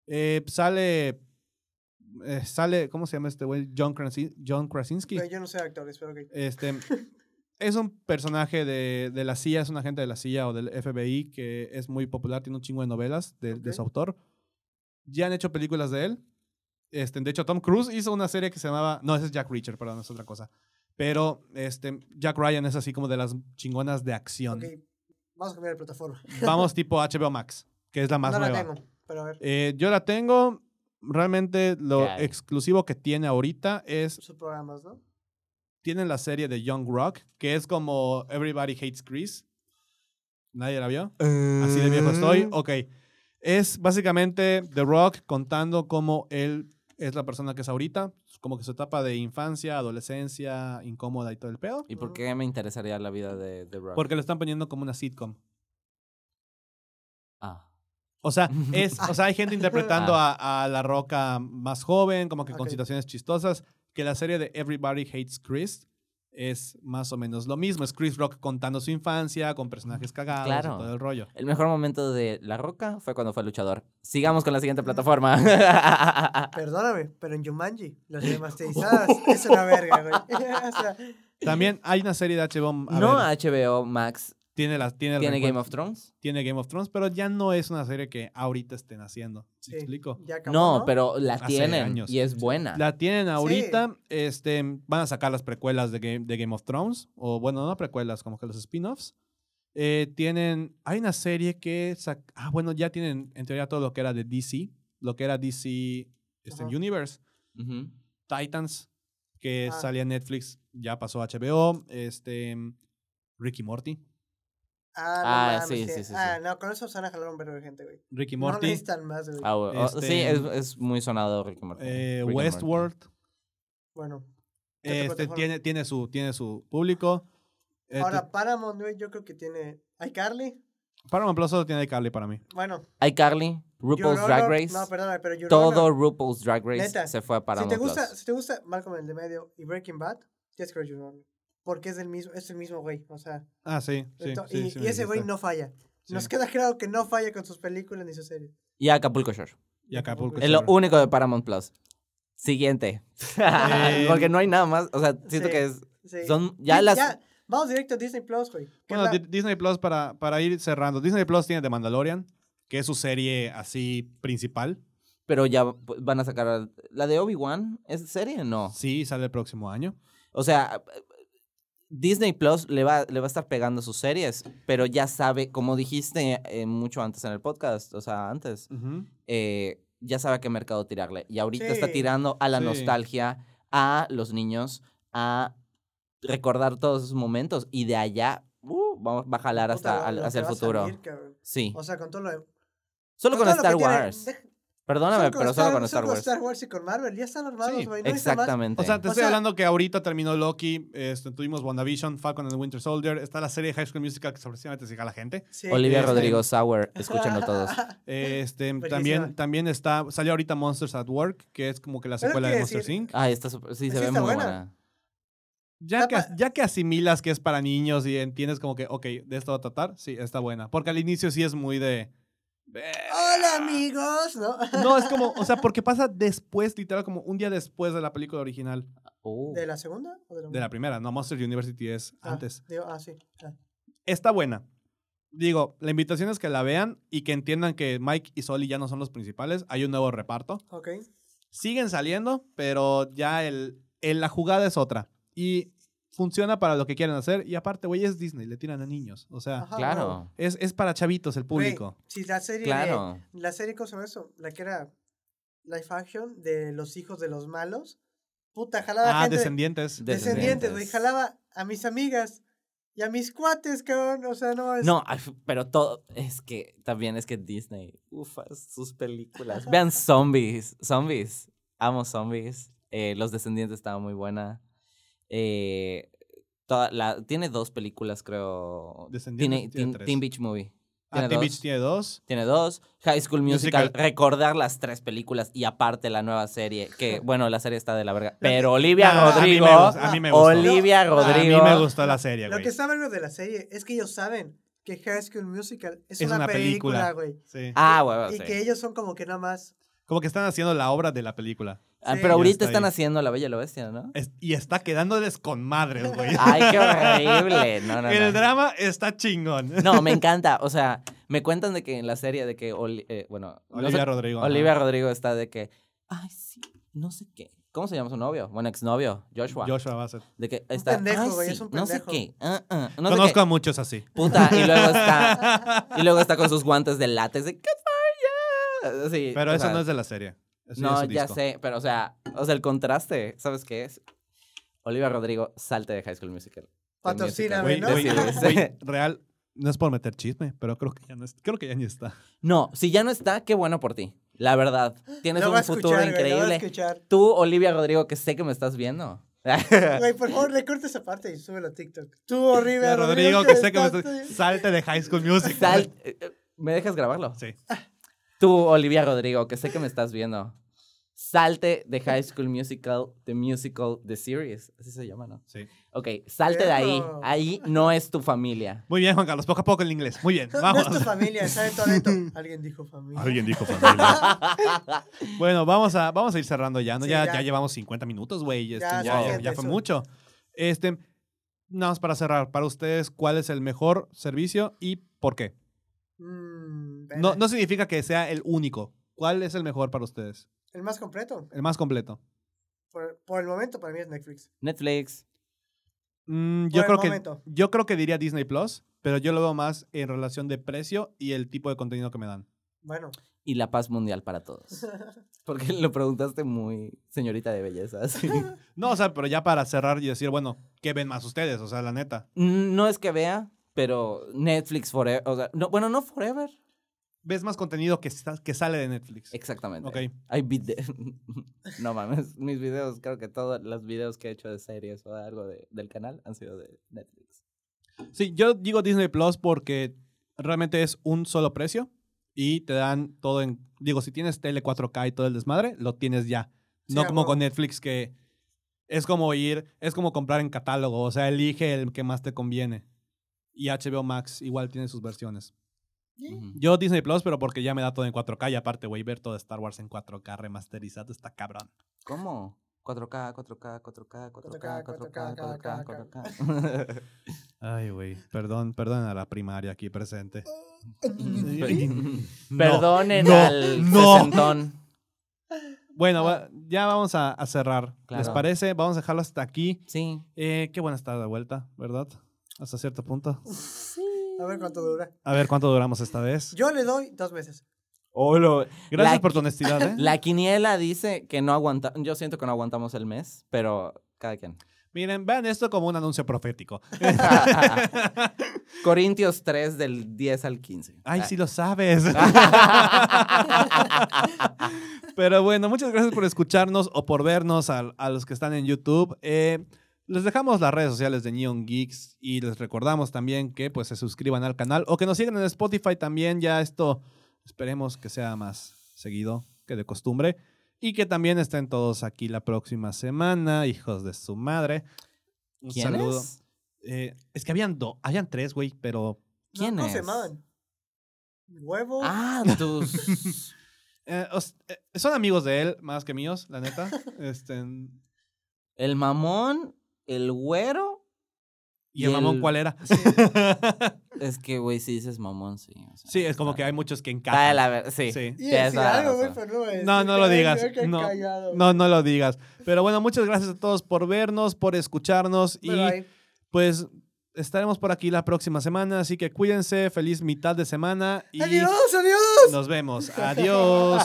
Speaker 1: Eh, sale. eh, sale. ¿Cómo se llama este güey? John, Krasi- John Krasinski.
Speaker 2: Güey, yo no soy actor, espero que. *laughs*
Speaker 1: Este. Es un personaje de, de la CIA, es un agente de la CIA o del FBI que es muy popular, tiene un chingo de novelas de, de
Speaker 2: Ok.
Speaker 1: su autor. Ya han hecho películas de él. Este, de hecho, Tom Cruise hizo una serie que se llamaba. No, ese es Jack Reacher, perdón, es otra cosa. Pero este, Jack Ryan es así como de las chingonas de acción.
Speaker 2: Ok, vamos a cambiar de plataforma.
Speaker 1: Vamos tipo HBO Max, que es la más
Speaker 2: no
Speaker 1: nueva.
Speaker 2: la tengo, pero a ver.
Speaker 1: Eh, yo la tengo. Realmente lo
Speaker 3: ¿Qué hay?
Speaker 1: exclusivo que tiene ahorita es
Speaker 2: Sus programas, ¿no?
Speaker 1: tienen la serie de Young Rock, que es como Everybody Hates Chris. ¿Nadie la vio? Así de viejo
Speaker 2: Mm.
Speaker 1: estoy. Ok. Es básicamente The Rock contando cómo él es la persona que es ahorita, como que su etapa de infancia, adolescencia, incómoda y todo el pedo.
Speaker 3: ¿Y por qué me interesaría la vida de The Rock?
Speaker 1: Porque lo están poniendo como una sitcom.
Speaker 3: Ah,
Speaker 1: O sea, es, o sea, hay gente interpretando a, a La Roca más joven, como que con
Speaker 2: Ok.
Speaker 1: situaciones chistosas, que la serie de Everybody Hates Chris es más o menos lo mismo. Es Chris Rock contando su infancia con personajes cagados
Speaker 3: Claro.
Speaker 1: y todo el rollo.
Speaker 3: el mejor momento de La Roca fue cuando fue luchador. Sigamos con la siguiente plataforma. *laughs*
Speaker 2: Perdóname, pero en Jumanji, las
Speaker 1: *laughs*
Speaker 2: remasterizadas, es una verga, güey. *laughs* o sea,
Speaker 1: También hay una serie de HBO. a
Speaker 3: no
Speaker 1: ver,
Speaker 3: HBO Max.
Speaker 1: tiene, la, tiene, el
Speaker 3: ¿Tiene Game
Speaker 1: reencuentro-
Speaker 3: of Thrones?
Speaker 1: tiene Game of Thrones, pero ya no es una serie que ahorita estén haciendo. *laughs* ¿Sí
Speaker 2: sí,
Speaker 1: me explico?
Speaker 2: ya acabó,
Speaker 3: No, pero la
Speaker 1: Hace
Speaker 3: tienen
Speaker 1: años.
Speaker 3: y es buena.
Speaker 1: La tienen ahorita. Este, van a sacar las precuelas de Game, de Game of Thrones. O bueno, no precuelas, como que los spin-offs. Eh, tienen. Hay una serie que. sac- Ah, bueno, ya tienen en teoría todo lo que era de DC. Lo que era DC este,
Speaker 2: Ajá.
Speaker 1: Universe.
Speaker 3: Ujú.
Speaker 1: Titans, que
Speaker 2: Ah.
Speaker 1: salía en Netflix, ya pasó a HBO. Este. Ricky Morty.
Speaker 2: Ah, no
Speaker 3: Ah,
Speaker 2: mames,
Speaker 3: sí,
Speaker 2: que-
Speaker 3: sí, sí,
Speaker 2: Ah, no, con eso se van a jalar un verbo de gente, güey.
Speaker 1: Ricky
Speaker 2: No
Speaker 1: Morty.
Speaker 2: necesitan más, güey.
Speaker 3: Ah, bueno. Oh, Sí,
Speaker 1: Este-
Speaker 3: es, es muy sonado Rick and Morty.
Speaker 1: eh,
Speaker 3: Rick and Morty.
Speaker 1: Westworld.
Speaker 2: Bueno, ¿Qué otra
Speaker 1: Este,
Speaker 2: plataforma?
Speaker 1: tiene, tiene, su, tiene su público. Eh,
Speaker 2: ahora Paramount, güey, yo creo que tiene. ¿Hay Carly?
Speaker 1: Este, Paramount Plus solo tiene cable para mí.
Speaker 2: Bueno,
Speaker 3: iCarly,
Speaker 2: Your
Speaker 3: RuPaul's
Speaker 2: Honor-
Speaker 3: Drag Race.
Speaker 2: No, perdóname, pero Your
Speaker 3: todo
Speaker 2: Honor,
Speaker 3: RuPaul's Drag Race
Speaker 2: Neta,
Speaker 3: se fue a
Speaker 2: si
Speaker 3: Paramount
Speaker 2: te gusta,
Speaker 3: Plus.
Speaker 2: si te gusta Malcolm el de medio y Breaking Bad, tienes que ver Your Honor. Porque es el mismo, es el mismo güey, o sea,
Speaker 1: Ah, sí. sí,
Speaker 2: ento-
Speaker 1: sí,
Speaker 2: y,
Speaker 1: sí
Speaker 2: y
Speaker 1: me
Speaker 2: ese güey
Speaker 1: dijiste.
Speaker 2: no falla.
Speaker 1: Sí.
Speaker 2: Nos queda claro que no falla con sus películas ni sus series.
Speaker 3: Y Acapulco Shore.
Speaker 1: Y Acapulco
Speaker 3: Es lo *laughs*
Speaker 1: Shore.
Speaker 3: único de Paramount Plus. Siguiente.
Speaker 1: Eh,
Speaker 3: Porque no hay nada más. O sea, siento
Speaker 2: sí.
Speaker 3: que es-
Speaker 2: Sí.
Speaker 3: son ya
Speaker 2: Sí,
Speaker 3: las.
Speaker 2: ya, vamos directo a Disney Plus, güey. que
Speaker 1: Bueno,
Speaker 2: es la-
Speaker 1: Di- Disney Plus, para, para ir cerrando, Disney Plus tiene The Mandalorian, que es su serie así principal.
Speaker 3: Pero ya van a sacar. a- La de Obi-Wan, ¿es serie? No.
Speaker 1: Sí, sale el próximo año.
Speaker 3: O sea, Disney Plus le va, le va a estar pegando sus series. Pero ya sabe, como dijiste eh, mucho antes en el podcast, o sea, antes. eh, ya sabe a qué mercado tirarle. Y ahorita está
Speaker 2: Sí.
Speaker 3: tirando a la
Speaker 1: Sí.
Speaker 3: nostalgia, a los niños, a recordar todos esos momentos. Y de allá uh, vamos, va a jalar
Speaker 2: puta,
Speaker 3: hasta
Speaker 2: lo-
Speaker 3: al-
Speaker 2: lo
Speaker 3: hacia
Speaker 2: que
Speaker 3: el
Speaker 2: va a
Speaker 3: futuro.
Speaker 2: salir, cabrón.
Speaker 3: sí.
Speaker 2: o sea, con todo lo de-
Speaker 3: solo con
Speaker 2: todo lo que
Speaker 3: Star
Speaker 2: tiene-
Speaker 3: Wars.
Speaker 2: deja-
Speaker 3: Perdóname,
Speaker 2: solo con
Speaker 3: pero solo con Star Wars.
Speaker 2: Star Wars y con Marvel, ya están armados,
Speaker 1: Sí,
Speaker 2: güey. no necesitan más.
Speaker 3: Exactamente.
Speaker 1: O sea, te
Speaker 2: O
Speaker 1: estoy
Speaker 2: sea-
Speaker 1: hablando que ahorita terminó Loki, este, tuvimos WandaVision, Falcon and the Winter Soldier, está la serie de High School Musical que sorpresivamente se a la
Speaker 2: *laughs*
Speaker 1: gente.
Speaker 2: Sí.
Speaker 3: Olivia
Speaker 1: Este-
Speaker 3: Rodrigo
Speaker 2: *laughs*
Speaker 3: Sauer, escúchenlo todos.
Speaker 1: Este,
Speaker 2: Verguísima.
Speaker 1: también, también está, salió ahorita Monsters at Work, que es como que la
Speaker 2: Pero
Speaker 1: secuela de
Speaker 2: quiere
Speaker 1: Monsters
Speaker 2: decir-
Speaker 1: Inc.
Speaker 3: Ay, está súper- sí, se
Speaker 2: Sí
Speaker 3: ve
Speaker 2: está
Speaker 3: muy
Speaker 2: buena.
Speaker 3: buena.
Speaker 1: Ya que,
Speaker 2: Tapa-
Speaker 1: ya que asimilas que es para niños y entiendes como que, ok, de esto va a tratar, sí, está buena. Porque al inicio sí es muy de...
Speaker 2: Hola, amigos, ¿no?
Speaker 1: No, es como, o sea, porque pasa después, literal, como un día después de la película original.
Speaker 3: Oh.
Speaker 2: ¿De la segunda o de la,
Speaker 1: De la primera, no, Monster University es
Speaker 2: Ah,
Speaker 1: antes.
Speaker 2: digo, ah, sí. ah.
Speaker 1: Está buena. Digo, la invitación es que la vean y que entiendan que Mike y Soli ya no son los principales. Hay un nuevo reparto.
Speaker 2: Ok.
Speaker 1: Siguen saliendo, pero ya el, eh, la jugada es otra. Y funciona para lo que quieren hacer. Y aparte, güey, es Disney, le tiran a niños. O sea,
Speaker 2: Ajá,
Speaker 3: Claro,
Speaker 1: es, es para chavitos el
Speaker 2: Güey,
Speaker 1: Ah, público.
Speaker 2: si la serie.
Speaker 3: claro.
Speaker 2: La serie, ¿cómo se llama eso? La que era Life Action de los hijos de los malos. Puta, jalaba
Speaker 1: Ah,
Speaker 2: gente.
Speaker 1: descendientes.
Speaker 3: de-
Speaker 2: Descendientes,
Speaker 3: Descendientes.
Speaker 2: güey. Jalaba a mis amigas y a mis cuates, cabrón. O sea,
Speaker 1: pues
Speaker 2: no es.
Speaker 3: No, ay, f- pero todo es que también es que Disney, ufa, sus películas.
Speaker 1: *laughs*
Speaker 3: Vean zombies, zombies, amo zombies. Eh, Los descendientes estaba muy buena. Eh, toda la, tiene dos películas, creo.
Speaker 1: Descendientes tiene
Speaker 3: Teen,
Speaker 1: tres.
Speaker 3: Teen Beach Movie.
Speaker 1: Ah,
Speaker 3: Tiene
Speaker 1: Teen
Speaker 3: dos.
Speaker 1: Beach tiene dos.
Speaker 3: Tiene dos. High School Musical,
Speaker 1: Musical.
Speaker 3: recordar las tres películas y aparte la nueva serie,
Speaker 1: *laughs*
Speaker 3: que bueno, la serie está de la verga. Pero Olivia
Speaker 1: Ah, a mí
Speaker 3: Rodrigo,
Speaker 1: me gustó, a mí me gustó.
Speaker 3: Olivia Rodrigo.
Speaker 1: A mí me gustó la serie,
Speaker 2: Lo
Speaker 1: güey.
Speaker 2: que saben los de la serie es que ellos saben que High School Musical es,
Speaker 1: Es
Speaker 2: una,
Speaker 1: una
Speaker 2: película, güey.
Speaker 1: Sí.
Speaker 3: Ah, huevo,
Speaker 2: Y
Speaker 3: sí.
Speaker 2: que ellos son como que nada más.
Speaker 1: Como que están haciendo la obra de la película.
Speaker 3: Ah,
Speaker 2: Sí,
Speaker 3: pero
Speaker 2: ya
Speaker 3: ahorita
Speaker 1: está
Speaker 3: están
Speaker 1: ahí.
Speaker 3: haciendo La Bella y la Bestia,
Speaker 1: *laughs*
Speaker 3: ¿no?
Speaker 1: Es- y está quedándoles con madres, güey.
Speaker 3: Ay, qué horrible. No, no,
Speaker 1: El
Speaker 3: no.
Speaker 1: drama está chingón.
Speaker 3: No, me encanta. O sea, me cuentan de que en la serie de que Oli- eh, bueno, no
Speaker 1: Olivia
Speaker 3: sé-
Speaker 1: Rodrigo. ajá.
Speaker 3: Olivia Rodrigo está de que ay, sí, no sé qué. ¿Cómo se llama su novio? Bueno, exnovio, Joshua.
Speaker 1: Joshua Bassett.
Speaker 3: de que está
Speaker 2: pendejo,
Speaker 3: "Ay,
Speaker 2: güey,
Speaker 3: sí,
Speaker 2: es un
Speaker 3: no sé
Speaker 2: pendejo".
Speaker 3: qué. ah, ah, no sé
Speaker 1: Conozco
Speaker 3: qué".
Speaker 1: a muchos
Speaker 2: *laughs*
Speaker 1: así.
Speaker 3: Puta,
Speaker 1: *laughs*
Speaker 3: y luego está y luego está con sus guantes de látex de "Good for you". Así,
Speaker 1: Pero
Speaker 3: o
Speaker 1: eso
Speaker 3: sea,
Speaker 1: no es de la serie. Eso
Speaker 3: No,
Speaker 1: es su
Speaker 3: ya
Speaker 1: disco.
Speaker 3: sé, pero o sea, o sea, el contraste, ¿sabes qué es? Olivia Rodrigo, salte de High School Musical.
Speaker 2: Patrocíname,
Speaker 1: Güey,
Speaker 2: ¿no?
Speaker 1: güey,
Speaker 3: Decides.
Speaker 1: güey, real, no es por meter chisme, pero creo que ya no es- creo que ya ni está.
Speaker 3: No, si ya no está, qué bueno por ti.
Speaker 2: *gasps*
Speaker 3: La verdad, tienes
Speaker 2: Lo va
Speaker 3: un
Speaker 2: a
Speaker 3: futuro
Speaker 2: escuchar, güey, lo va a
Speaker 3: increíble.
Speaker 1: *laughs*
Speaker 2: escuchar.
Speaker 3: Tú, Olivia Rodrigo, que sé que me estás viendo. *laughs*
Speaker 2: Güey, por favor, recorta esa parte y súbelo a TikTok.
Speaker 1: *laughs*
Speaker 2: Tú, horrible.
Speaker 1: Rodrigo, que sé que me
Speaker 2: estás-
Speaker 1: *laughs* estás- salte de High School Music.
Speaker 3: Sal- ¿Me dejas grabarlo?
Speaker 1: Sí.
Speaker 3: Tú, Olivia Rodrigo, que sé que me estás viendo. Salte de High School Musical, The Musical, The Series. Así se llama, ¿no?
Speaker 1: Sí.
Speaker 3: Ok, salte de ahí.
Speaker 2: Eso.
Speaker 3: Ahí no es tu familia. *laughs*
Speaker 1: Muy bien, Juan Carlos, poco a poco el inglés. Muy bien,
Speaker 2: *laughs* No, no es tu
Speaker 1: vámonos.
Speaker 2: familia, sabe tu adentro. Alguien dijo familia.
Speaker 1: *laughs* Alguien dijo familia. bueno, vamos a, vamos a ir cerrando ya, ¿no?
Speaker 2: Sí,
Speaker 1: ya,
Speaker 2: ya.
Speaker 1: ya llevamos 50 minutos, güey. este,
Speaker 2: Ya,
Speaker 1: Ya,
Speaker 2: suficiente
Speaker 1: ya fue
Speaker 2: eso.
Speaker 1: mucho. Este, nada más para cerrar, para ustedes, ¿cuál es el mejor servicio y por qué?
Speaker 2: Mm,
Speaker 1: No,
Speaker 2: verga.
Speaker 1: no significa que sea el único. ¿Cuál es el mejor para ustedes?
Speaker 2: El más completo.
Speaker 1: El más completo.
Speaker 2: Por, por el momento, para mí es Netflix.
Speaker 3: Netflix.
Speaker 1: Mm, yo,
Speaker 2: Por el
Speaker 1: creo que,
Speaker 2: momento.
Speaker 1: yo creo que diría Disney Plus, pero yo lo veo más en relación de precio y el tipo de contenido que me dan.
Speaker 2: Bueno.
Speaker 3: y la paz mundial
Speaker 2: *laughs*
Speaker 3: para todos. Porque lo preguntaste muy señorita de belleza. así.
Speaker 1: No, o sea, pero ya para cerrar y decir, bueno, ¿qué ven más ustedes? O sea, la neta.
Speaker 3: No es que vea, pero Netflix Forever. O sea, no, bueno, no Forever.
Speaker 1: ¿Ves más contenido que, sa- que sale de Netflix?
Speaker 3: Exactamente.
Speaker 1: Ok.
Speaker 3: Hay vide- *laughs* no mames, mis videos, creo que todos los videos que he hecho de series o de algo de- del canal han sido de Netflix.
Speaker 1: Sí, yo digo Disney Plus porque realmente es un solo precio y te dan todo en... Digo, si tienes tele 4K y todo el desmadre, lo tienes ya.
Speaker 2: Sí,
Speaker 1: no
Speaker 2: a
Speaker 1: como
Speaker 2: huevo.
Speaker 1: con Netflix que es como ir, es como comprar en catálogo, o sea, elige el que más te conviene. Y HBO Max igual tiene sus versiones.
Speaker 3: Ujú.
Speaker 1: Yo Disney Plus, pero porque ya me da todo en 4K y aparte, güey, ver todo Star Wars en 4K remasterizado está cabrón.
Speaker 3: ¿Cómo? 4K, 4K, 4K, 4K, 4K, 4K, 4K.
Speaker 1: Ay, güey, perdón, perdón a la primaria aquí presente. Mm,
Speaker 2: *laughs*
Speaker 3: *laughs*
Speaker 1: No.
Speaker 3: Perdonen
Speaker 1: no,
Speaker 3: al
Speaker 1: no.
Speaker 3: sesentón.
Speaker 1: Bueno, va- ya vamos a, a cerrar. ¿Les
Speaker 3: Claro.
Speaker 1: parece? Vamos a dejarlo hasta aquí.
Speaker 3: Sí.
Speaker 1: Eh, qué buena estar de vuelta, ¿verdad? Hasta cierto punto.
Speaker 2: A ver cuánto dura.
Speaker 1: A ver cuánto duramos esta vez.
Speaker 2: Yo le doy dos meses.
Speaker 1: Gracias
Speaker 3: La-
Speaker 1: por tu honestidad,
Speaker 3: *laughs*
Speaker 1: ¿eh?
Speaker 3: La quiniela dice que no aguanta. Yo siento que no aguantamos el mes, pero cada quien.
Speaker 1: Miren, vean esto como un anuncio profético.
Speaker 3: *laughs* Corintios 3 del 10 al Ah, 15.
Speaker 1: Ay, sí lo sabes. Pero bueno, muchas gracias por escucharnos o por vernos al- a, los que están en YouTube. Eh, les dejamos las redes sociales de Neon Geeks y les recordamos también que pues se suscriban al canal o que nos sigan en Spotify también. Ya esto esperemos que sea más seguido que de costumbre. Y que también estén todos aquí la próxima semana, hijos de su madre. Un
Speaker 3: ¿Quién
Speaker 1: saludo.
Speaker 3: es?
Speaker 1: Eh, es que habían, do- habían tres, güey, pero
Speaker 2: No,
Speaker 3: ¿Quién
Speaker 2: ¿Cómo
Speaker 3: es?
Speaker 2: se llamaban? Huevo.
Speaker 3: Ah, tus.
Speaker 1: Eh, os- eh, son amigos de él, más que míos, la neta. Este,
Speaker 3: El mamón, el güero
Speaker 1: ¿Y, el mamón cuál era?
Speaker 3: Es que, güey, si dices mamón, sí. o sea,
Speaker 1: *laughs* Sí, es como
Speaker 3: está-
Speaker 1: que hay muchos que encajan.
Speaker 3: Está de la ver- *laughs* sí.
Speaker 1: Sí.
Speaker 2: Y
Speaker 3: tienes
Speaker 2: decir
Speaker 3: toda la
Speaker 2: algo, güey,
Speaker 3: razón.
Speaker 2: pero no voy a
Speaker 1: No,
Speaker 2: decir,
Speaker 1: no lo
Speaker 2: ay,
Speaker 1: digas.
Speaker 2: me quedé
Speaker 1: No,
Speaker 2: callado.
Speaker 1: no, no lo digas. Pero bueno, muchas gracias a todos por vernos, por escucharnos y
Speaker 2: Pero ahí-
Speaker 1: pues estaremos por aquí la próxima semana. Así que cuídense, feliz mitad de semana y
Speaker 2: Adiós, adiós.
Speaker 3: *laughs*
Speaker 1: nos vemos. Adiós.